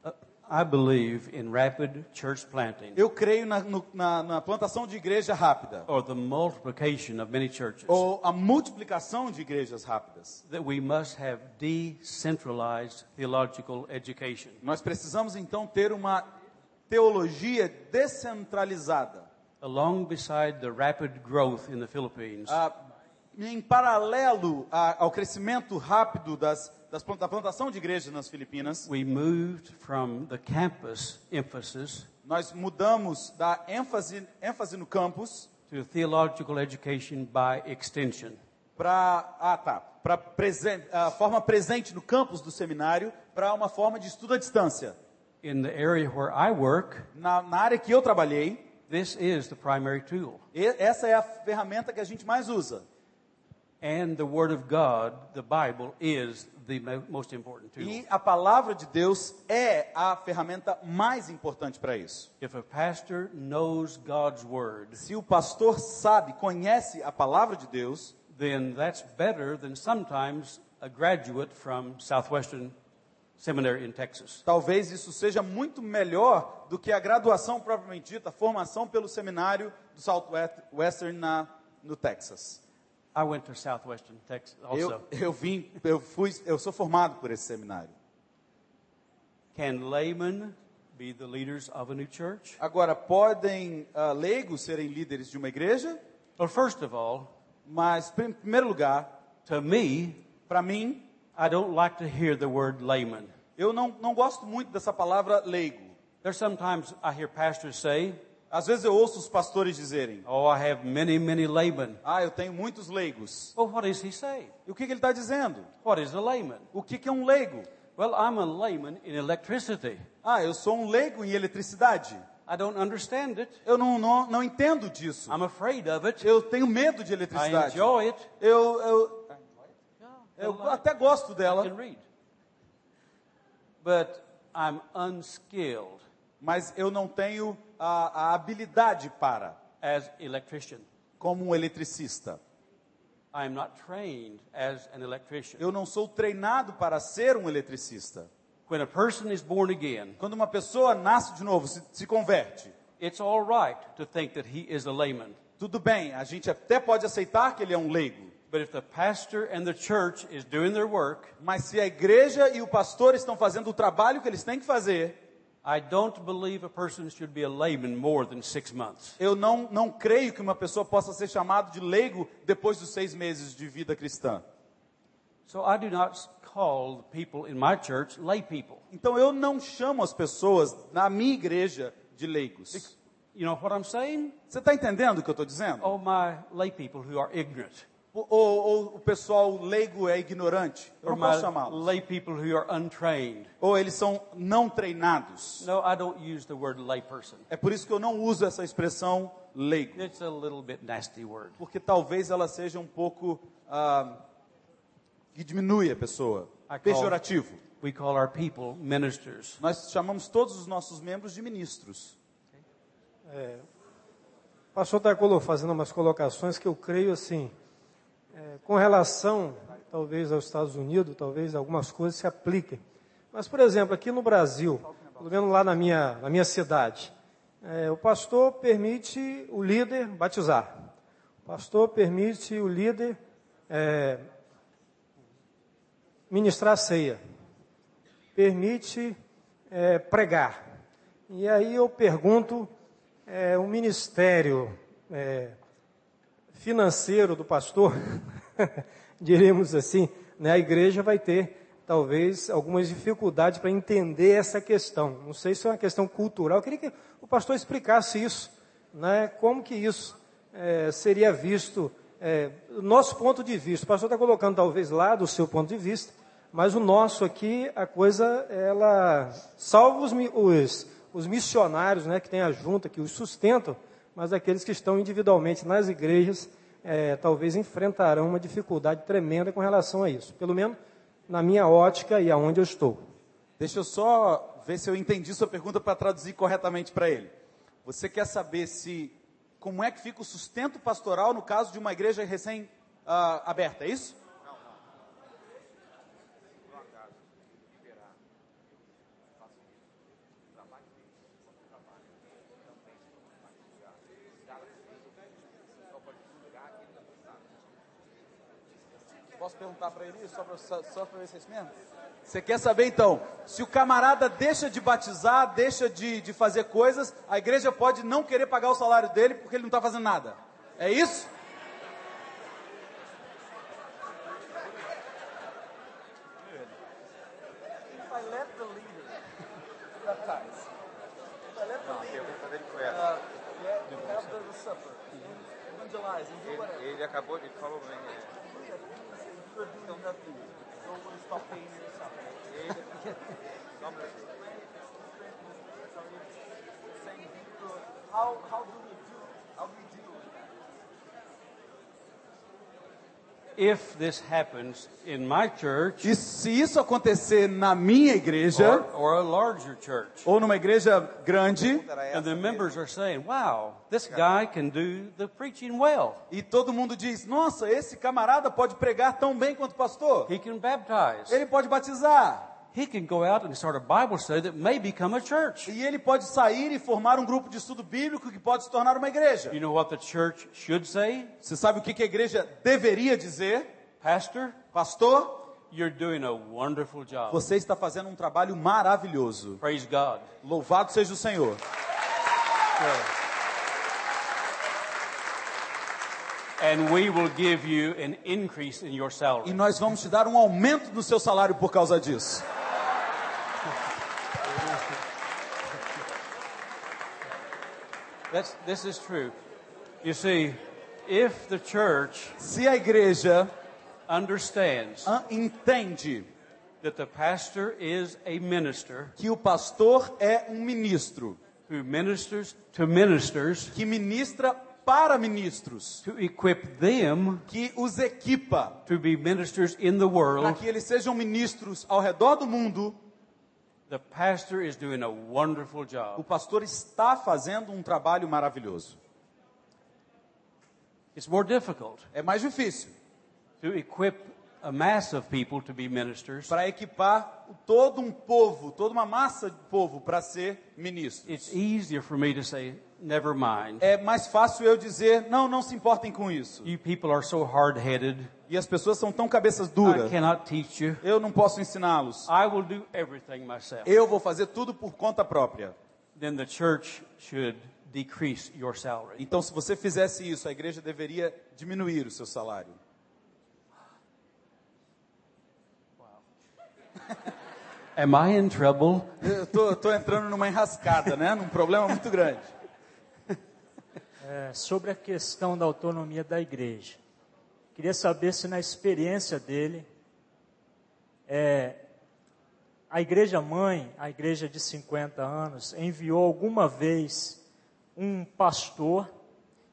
B: Uh, I believe in rapid church planting
C: Eu creio na, no- na- na plantação de igreja rápida,
B: or the multiplication of many churches.
C: ou a multiplicação de igrejas rápidas.
B: that we must have decentralized theological education.
C: Nós precisamos então ter uma teologia descentralizada,
B: Along beside the rapid growth in the Philippines,
C: ah, em paralelo a- ao crescimento rápido das, das plant- da plantação de igrejas nas Filipinas.
B: we moved from the campus emphasis
C: Nós mudamos da ênfase, ênfase no campus
B: to theological education by extension.
C: para ah, tá, pra presen- a forma presente no campus do seminário para uma forma de estudo à distância.
B: In the area where I work,
C: Na- na área que eu trabalhei,
B: this is the primary tool.
C: E- Essa é a ferramenta que a gente mais usa.
B: And the Word of God, the Bible, is the mo- most important tool.
C: E a palavra de Deus é a ferramenta mais importante para isso.
B: If a pastor knows God's Word,
C: Se o pastor sabe, conhece a palavra de Deus,
B: then that's better than sometimes a graduate from Southwestern Seminary in Texas.
C: talvez isso seja muito melhor do que a graduação propriamente dita, a formação pelo seminário do Southwestern na, no Texas.
B: I went to Southwestern Texas also.
C: Eu, eu vim, eu fui, eu sou formado por esse seminário.
B: Can laymen be the leaders of a new church?
C: Agora, podem ah, leigos serem líderes de uma igreja,
B: Well, first of all,
C: mas prim- em primeiro lugar,
B: to me,
C: para mim,
B: I don't like to hear the word layman.
C: Eu não, não gosto muito dessa palavra leigo.
B: There's sometimes I hear pastors say,
C: Às vezes eu ouço os pastores dizerem:
B: Oh, I have many, many laymen.
C: Ah, eu tenho muitos leigos.
B: Well, what does he say?
C: E o que, que ele está dizendo?
B: What is a layman?
C: O que, que é um leigo?
B: Well, I'm a layman in electricity.
C: Ah, eu sou um leigo em eletricidade.
B: I don't understand it.
C: Eu não, não, não entendo disso.
B: I'm afraid of it.
C: Eu tenho medo de
B: I
C: eletricidade.
B: enjoy it.
C: Eu, eu, eu
B: Well, I-
C: até gosto
B: I
C: dela,
B: can read. But I'm unskilled
C: mas eu não tenho a, a habilidade para,
B: as electrician.
C: como um eletricista.
B: I'm not trained as an electrician.
C: Eu não sou treinado para ser um eletricista.
B: When a person is born again,
C: Quando uma pessoa nasce de novo, se, se converte,
B: it's all right to think that he is a layman.
C: tudo bem, a gente até pode aceitar que ele é um leigo.
B: But if the pastor and the church is doing their work,
C: Mas se a igreja e o pastor estão fazendo o trabalho que eles têm que fazer,
B: I don't believe a person should be a layman more than six months.
C: eu não, não creio que uma pessoa possa ser chamada de leigo depois dos seis meses de vida cristã.
B: So I do not s- call the people in my church lay people.
C: Então eu não chamo as pessoas na minha igreja de leigos.
B: You know what I'm saying?
C: Você está entendendo o que eu estou dizendo?
B: Oh, my lay people who are ignorant,
C: Ou, ou o pessoal leigo é ignorante? Eu
B: or
C: não
B: my
C: posso chamá-los.
B: lay people who are untrained.
C: Ou eles são não treinados.
B: No, I don't use the word layperson.
C: É por isso que eu não uso essa expressão leigo.
B: It's a little bit nasty word.
C: Porque talvez ela seja um pouco ah, que diminui a pessoa.
B: I call-
C: Pejorativo.
B: We call our people ministers.
C: Nós chamamos todos os nossos membros de ministros.
F: O pastor está colo- fazendo umas colocações que eu creio assim, é, com relação, talvez, aos Estados Unidos, talvez algumas coisas se apliquem. Mas, por exemplo, aqui no Brasil, pelo menos lá na minha, na minha cidade, é, o pastor permite o líder batizar. O pastor permite o líder é, ministrar a ceia. Permite é, pregar. E aí eu pergunto, é, o ministério é, financeiro do pastor, diríamos assim, né, a igreja vai ter talvez algumas dificuldades para entender essa questão. Não sei se é uma questão cultural. Eu queria que o pastor explicasse isso, né, como que isso é, seria visto, é, do nosso ponto de vista. O pastor está colocando talvez lá do seu ponto de vista, mas o nosso aqui, a coisa, ela, salvo os, mi- os, os missionários, né, que tem a junta, que os sustentam, mas aqueles que estão individualmente nas igrejas, eh, talvez enfrentarão uma dificuldade tremenda com relação a isso. Pelo menos na minha ótica e aonde eu estou.
C: Deixa eu só ver se eu entendi sua pergunta para traduzir corretamente para ele. Você quer saber se como é que fica o sustento pastoral no caso de uma igreja recém ah, aberta, é isso? Posso perguntar para ele isso, só para ver se é isso mesmo? Você quer saber então, se o camarada deixa de batizar, deixa de, de fazer coisas, a igreja pode não querer pagar o salário dele porque ele não está fazendo nada. É isso?
D: Não, a pergunta dele foi essa. Ele, ele acabou, ele falou bem.
B: If this happens in my church
C: E se isso acontecer na minha
B: or,
C: igreja,
B: or a larger church,
C: ou numa igreja grande,
B: and the members are saying, wow, this guy can do the preaching well,
C: e todo mundo diz, nossa, esse camarada pode pregar tão bem quanto pastor,
B: he can baptize,
C: ele pode batizar,
B: he can go out and start a Bible study that may become a church.
C: e ele pode sair e formar um grupo de estudo bíblico que pode se tornar uma igreja.
B: You know what the church should say?
C: Você sabe o que que a igreja deveria dizer?
B: Pastor,
C: Pastor,
B: you're doing a wonderful job.
C: Você está fazendo um trabalho maravilhoso.
B: Praise God.
C: Louvado seja o Senhor.
B: And we will give you an increase in your
C: E
B: salary.
C: nós vamos te dar um aumento no seu salário por causa disso.
B: That's, this is true. You see, if the church
C: Se a igreja
B: understands
C: ah, entende
B: that the pastor is a minister
C: que o pastor é um ministro,
B: who ministers to ministers
C: que ministra para ministros,
B: to equip them
C: que os equipa
B: to be ministers in the
C: para
B: world,
C: que eles sejam ministros ao redor do mundo,
B: the pastor is doing a wonderful
C: o
B: job.
C: pastor está fazendo um trabalho maravilhoso.
B: It's more difficult
C: É mais difícil
B: to equip a mass of people to be ministers.
C: para equipar todo um povo, toda uma massa de povo para ser ministro.
B: It's easier for me to say, never mind.
C: É mais fácil eu dizer, não, não se importem com isso.
B: You people are so hard headed.
C: E as pessoas são tão cabeças
B: I
C: duras.
B: cannot teach you.
C: Eu não posso ensiná-los.
B: I will do everything myself.
C: Eu vou fazer tudo por conta própria.
B: Then the church should decrease your salary.
C: Então, se você fizesse isso, a igreja deveria diminuir o seu salário.
B: Am I in trouble?
C: Eu tô, tô entrando numa enrascada, né? Num problema muito grande.
G: É, sobre a questão da autonomia da igreja. Queria saber se na experiência dele, é, a igreja mãe, a igreja de 50 anos, enviou alguma vez um pastor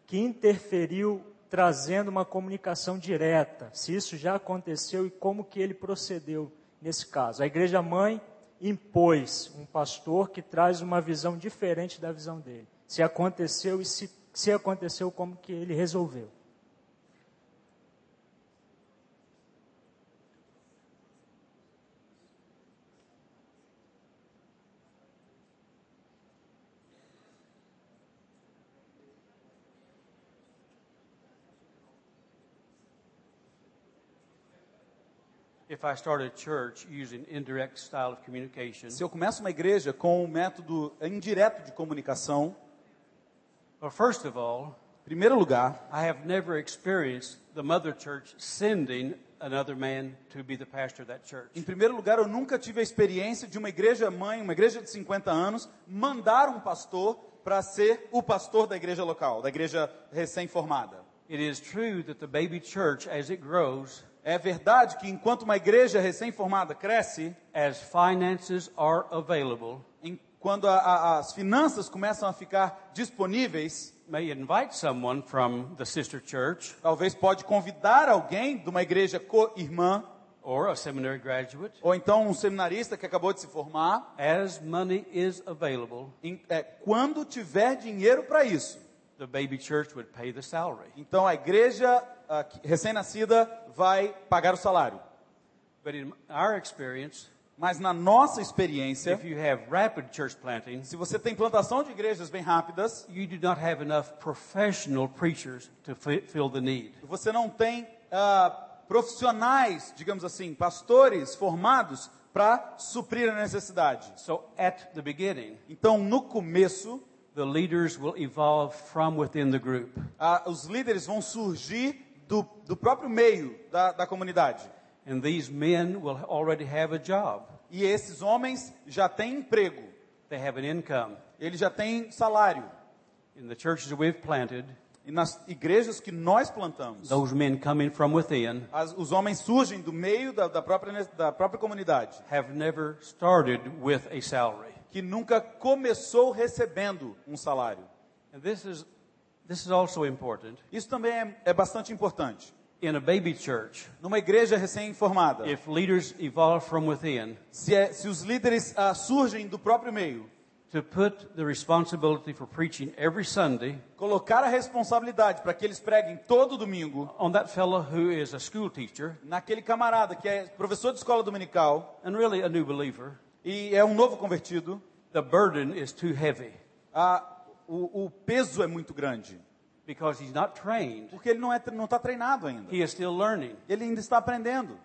G: que interferiu trazendo uma comunicação direta, se isso já aconteceu e como que ele procedeu nesse caso. A igreja mãe impôs um pastor que traz uma visão diferente da visão dele. Se aconteceu e se, se aconteceu, como que ele resolveu.
B: If I start a church using indirect style of communication,
C: Se eu começo uma igreja com um método indireto de comunicação,
B: well, first of all,
C: em primeiro lugar,
B: I have never experienced the mother church sending another man to be the pastor of that church.
C: em primeiro lugar, eu nunca tive a experiência de uma igreja mãe, uma igreja de 50 anos, mandar um pastor para ser o pastor da igreja local, da igreja recém-formada.
B: It is true that the baby church, as it grows,
C: É verdade que enquanto uma igreja recém-formada cresce,
B: as finances are available,
C: em- quando a- a- as finanças começam a ficar disponíveis,
B: may invite someone from the sister church
C: talvez pode convidar alguém de uma igreja co-irmã,
B: or a seminary graduate.
C: ou então um seminarista que acabou de se formar,
B: As money is available,
C: em- é, quando tiver dinheiro para isso.
B: the baby church would pay the salary.
C: Então a igreja ah, que- recém-nascida vai pagar o salário.
B: But in our experience,
C: Mas na nossa
B: if
C: experiência,
B: you have rapid church planting,
C: se você tem plantação de igrejas bem rápidas,
B: you do not have enough professional preachers to fi- fill the need.
C: você não tem ah, profissionais, digamos assim, pastores formados para suprir a necessidade.
B: So at the beginning,
C: Então, no começo,
B: the leaders will evolve from within the group.
C: ah, os líderes vão surgir do, do próprio meio da, da comunidade.
B: And these men will already have a job.
C: E esses homens já têm emprego,
B: They have an income.
C: eles já têm salário.
B: In the churches that we've planted,
C: E nas igrejas que nós plantamos,
B: those men coming from within
C: as- os homens surgem do meio da, da, própria, ne- da própria comunidade,
B: have never started with a salary.
C: que nunca começou recebendo um salário.
B: And this is, this is also important.
C: Isso também é, é bastante importante.
B: In a baby church,
C: Numa igreja recém-formada,
B: if leaders evolve from within,
C: se, é- se os líderes ah, surgem do próprio meio,
B: to put the responsibility for preaching every Sunday
C: colocar a responsabilidade para que eles preguem todo domingo,
B: on that fellow who is a school teacher
C: naquele camarada que é professor de escola dominical
B: and really a new believer,
C: e é um novo convertido,
B: the burden is too heavy
C: ah, o, o peso é muito grande,
B: because he's not trained.
C: porque ele não está não tá treinado ainda.
B: He is still learning.
C: Ele ainda está aprendendo.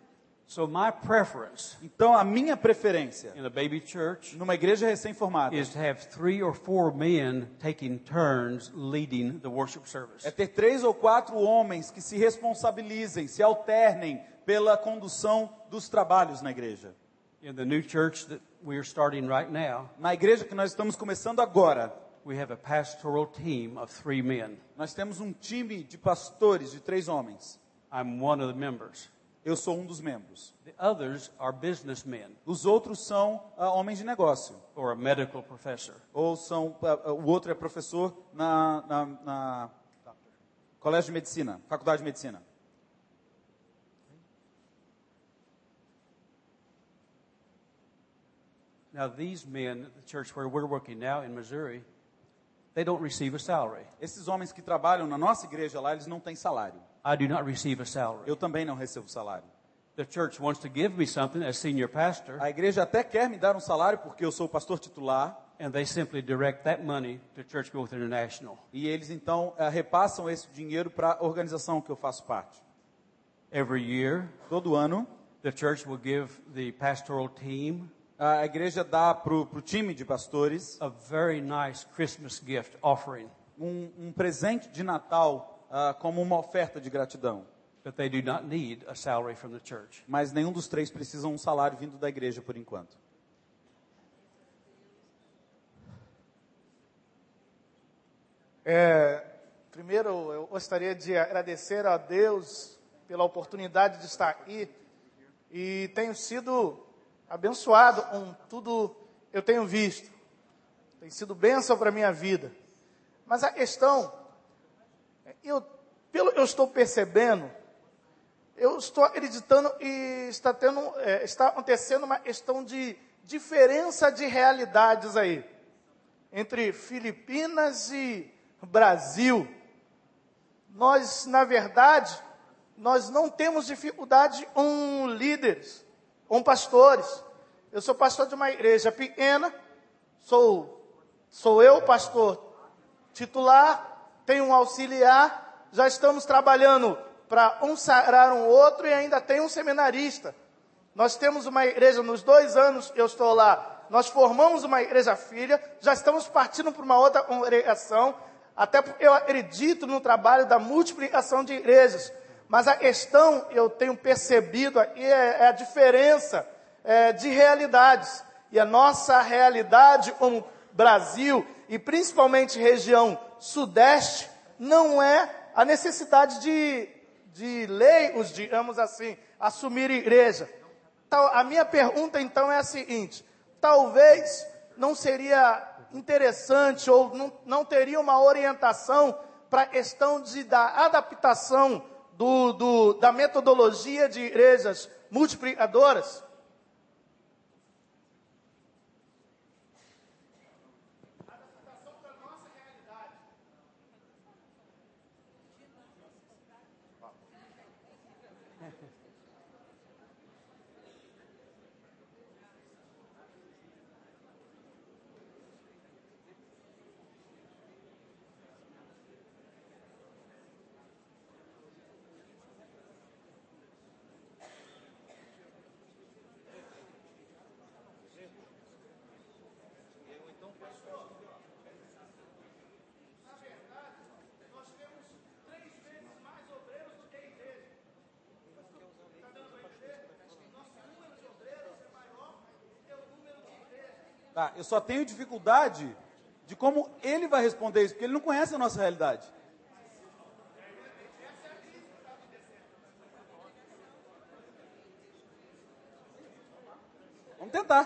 B: So my preference
C: Então, a minha preferência
B: in a baby church
C: numa igreja recém-formada
B: is to have three or four men taking turns leading the worship service.
C: é ter três ou quatro homens que se responsabilizem, se alternem pela condução dos trabalhos na igreja.
B: In the new church that we are starting right now,
C: Na igreja que nós estamos começando agora,
B: we have a pastoral team of three men.
C: Nós temos um time de pastores de três homens.
B: I'm one of the members.
C: Eu sou um dos membros.
B: The others are businessmen
C: Os outros são ah, homens de negócio.
B: or a medical professor.
C: Ou são ah, ah, o outro é professor na, na, na colégio de medicina, faculdade de medicina.
B: Now, these men at the church where we're working now in Missouri, they don't receive a salary.
C: Esses homens que trabalham na nossa igreja lá, eles não têm salário.
B: I do not receive a salary.
C: Eu também não recebo salário.
B: The church wants to give me something as senior pastor,
C: A igreja até quer me dar um salário porque eu sou o pastor titular
B: and they simply direct that money to Church Growth International.
C: e eles então ah, repassam esse dinheiro para a organização que eu faço parte.
B: Every year,
C: Todo ano
B: the church will give the pastoral team
C: a igreja dá para o time de pastores
B: a very nice Christmas gift offering,
C: um, um presente de Natal ah, como uma oferta de gratidão.
B: but they do not need a salary from the church.
C: Mas nenhum dos três precisa um salário vindo da igreja por enquanto.
H: É, primeiro, eu gostaria de agradecer a Deus pela oportunidade de estar aqui e tenho sido abençoado com tudo eu tenho visto. Tem sido bênção para a minha vida. Mas a questão, é, eu, pelo que eu estou percebendo, eu estou acreditando e está, tendo, é, está acontecendo uma questão de diferença de realidades aí entre Filipinas e Brasil. Nós, na verdade, nós não temos dificuldade com líderes, com pastores. Eu sou pastor de uma igreja pequena, sou, sou eu pastor titular, tenho um auxiliar, já estamos trabalhando para um sarar um outro e ainda tem um seminarista. Nós temos uma igreja, nos dois anos que eu estou lá, nós formamos uma igreja filha, já estamos partindo para uma outra congregação, até porque eu acredito no trabalho da multiplicação de igrejas. Mas a questão, eu tenho percebido aqui, é, é a diferença é, de realidades. E a nossa realidade como Brasil, e principalmente região sudeste, não é a necessidade de, de leigos, digamos assim, assumir igreja. Tal- a minha pergunta então é a seguinte: talvez não seria interessante ou não, não teria uma orientação para a questão de, da adaptação do, do- da metodologia de igrejas multiplicadoras?
C: Tá, eu só tenho dificuldade de como ele vai responder isso, porque ele não conhece a nossa realidade. Vamos tentar.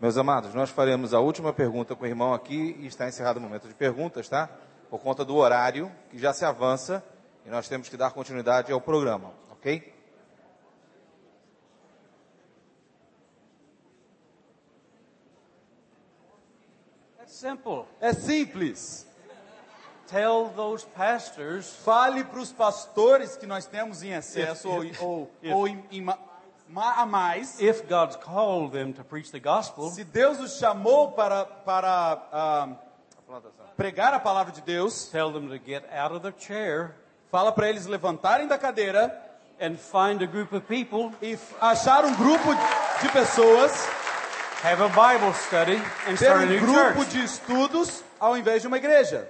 I: Meus amados, nós faremos a última pergunta com o irmão aqui e está encerrado o momento de perguntas, tá? Por conta do horário que já se avança e nós temos que dar continuidade ao programa, ok?
B: That's simple.
C: É simples.
B: Tell those pastors
C: Fale para os pastores que nós temos em excesso ou, ou, ou em, em ma- ma- a mais.
B: if God's called them to preach the gospel,
C: Se Deus os chamou para, para ah, pregar a palavra de Deus,
B: tell them to get out of their chair
C: fala para eles levantarem da cadeira
B: and find a group of people,
C: e f- achar um grupo de pessoas,
B: have a Bible study, and
C: ter
B: start a
C: um
B: new
C: grupo
B: church.
C: de estudos ao invés de uma igreja.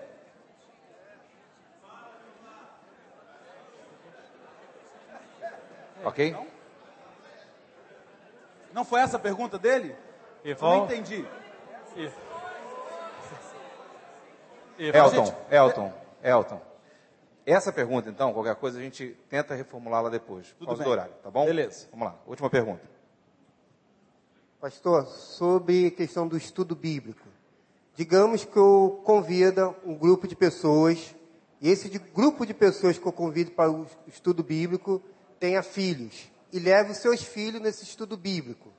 I: Ok?
C: Não foi essa a pergunta dele?
B: If
C: Eu não
B: all,
C: entendi.
B: if, if all-
I: É, Elton, Elton, Elton. Essa pergunta, então, qualquer coisa, a gente tenta reformulá-la depois, por causa
C: bem.
I: do horário, tá bom?
C: Beleza.
I: Vamos lá, última pergunta.
J: Pastor, sobre questão do estudo bíblico. Digamos que eu convida um grupo de pessoas, e esse de- grupo de pessoas que eu convido para o estudo bíblico tenha filhos, e leve os seus filhos nesse estudo bíblico.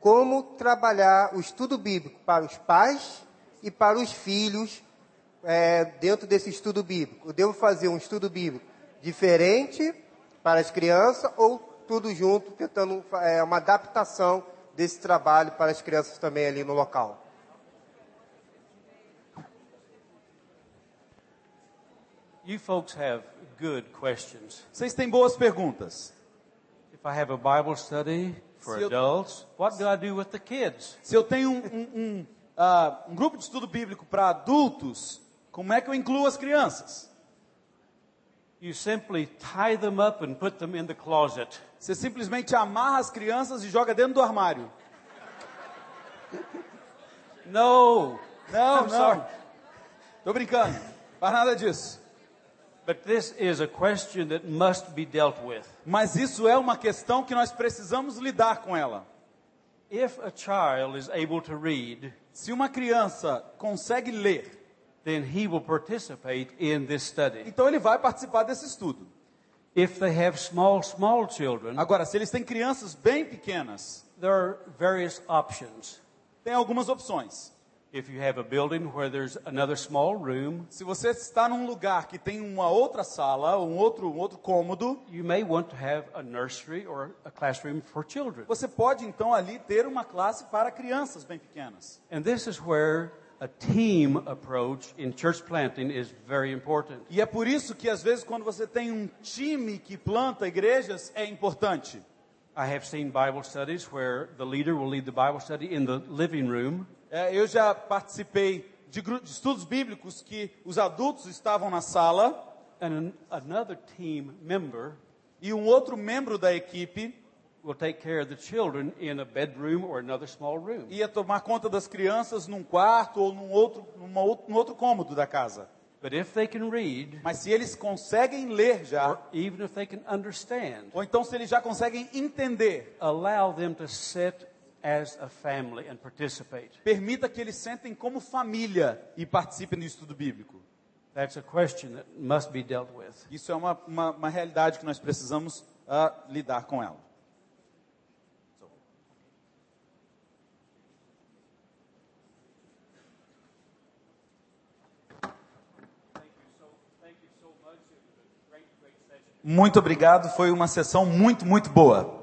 J: Como trabalhar o estudo bíblico para os pais e para os filhos é, dentro desse estudo bíblico? Eu devo fazer um estudo bíblico diferente para as crianças ou tudo junto, tentando fa- é, uma adaptação desse trabalho para as crianças também ali no local?
B: you folks have good questions.
C: Vocês têm boas perguntas.
B: If I have a Bible study for
C: Se eu-
B: adults, what do I do with the kids?
C: Se eu tenho um, um- um, ah, um grupo de estudo bíblico para adultos, como é que eu incluo as crianças?
B: You simply tie them up and put them in the closet.
C: Você simplesmente amarra as crianças e joga dentro do armário.
B: No,
C: Não,
B: I'm sorry.
C: não. Tô brincando. Faz nada disso.
B: But this is a question that must be dealt with.
C: Mas isso é uma questão que nós precisamos lidar com ela.
B: If a child is able to read,
C: Se uma criança consegue ler,
B: then he will participate in this study.
C: então ele vai participar desse estudo.
B: If they have small, small children,
C: Agora, se eles têm crianças bem pequenas,
B: there are various options.
C: tem algumas opções.
B: If you have a building where there's another small room,
C: Se você está num lugar que tem uma outra sala, um outro, um outro cômodo,
B: you may want to have a nursery or a classroom for children.
C: você pode então ali ter uma classe para crianças bem pequenas.
B: And this is where a team approach in church planting is very important.
C: E é por isso que às vezes quando você tem um time que planta igrejas é importante.
B: I have seen Bible studies where the leader will lead the Bible study in the living room,
C: É, eu já participei de, gru- de estudos bíblicos que os adultos estavam na sala
B: and an, another team member
C: e um outro membro da equipe
B: will take care of the children in a bedroom or another small room.
C: ia tomar conta das crianças num quarto ou num outro, numa ou- num outro cômodo da casa.
B: But if they can read,
C: Mas se eles conseguem ler já,
B: or even if they can understand,
C: ou então se eles já conseguem entender,
B: allow them to sit as a family and participate.
C: permita que eles sentem como família e participem do estudo bíblico.
B: That's a question that must be dealt with.
C: Isso é uma, uma, uma realidade que nós precisamos ah, lidar com ela. Muito obrigado, foi uma sessão muito, muito boa.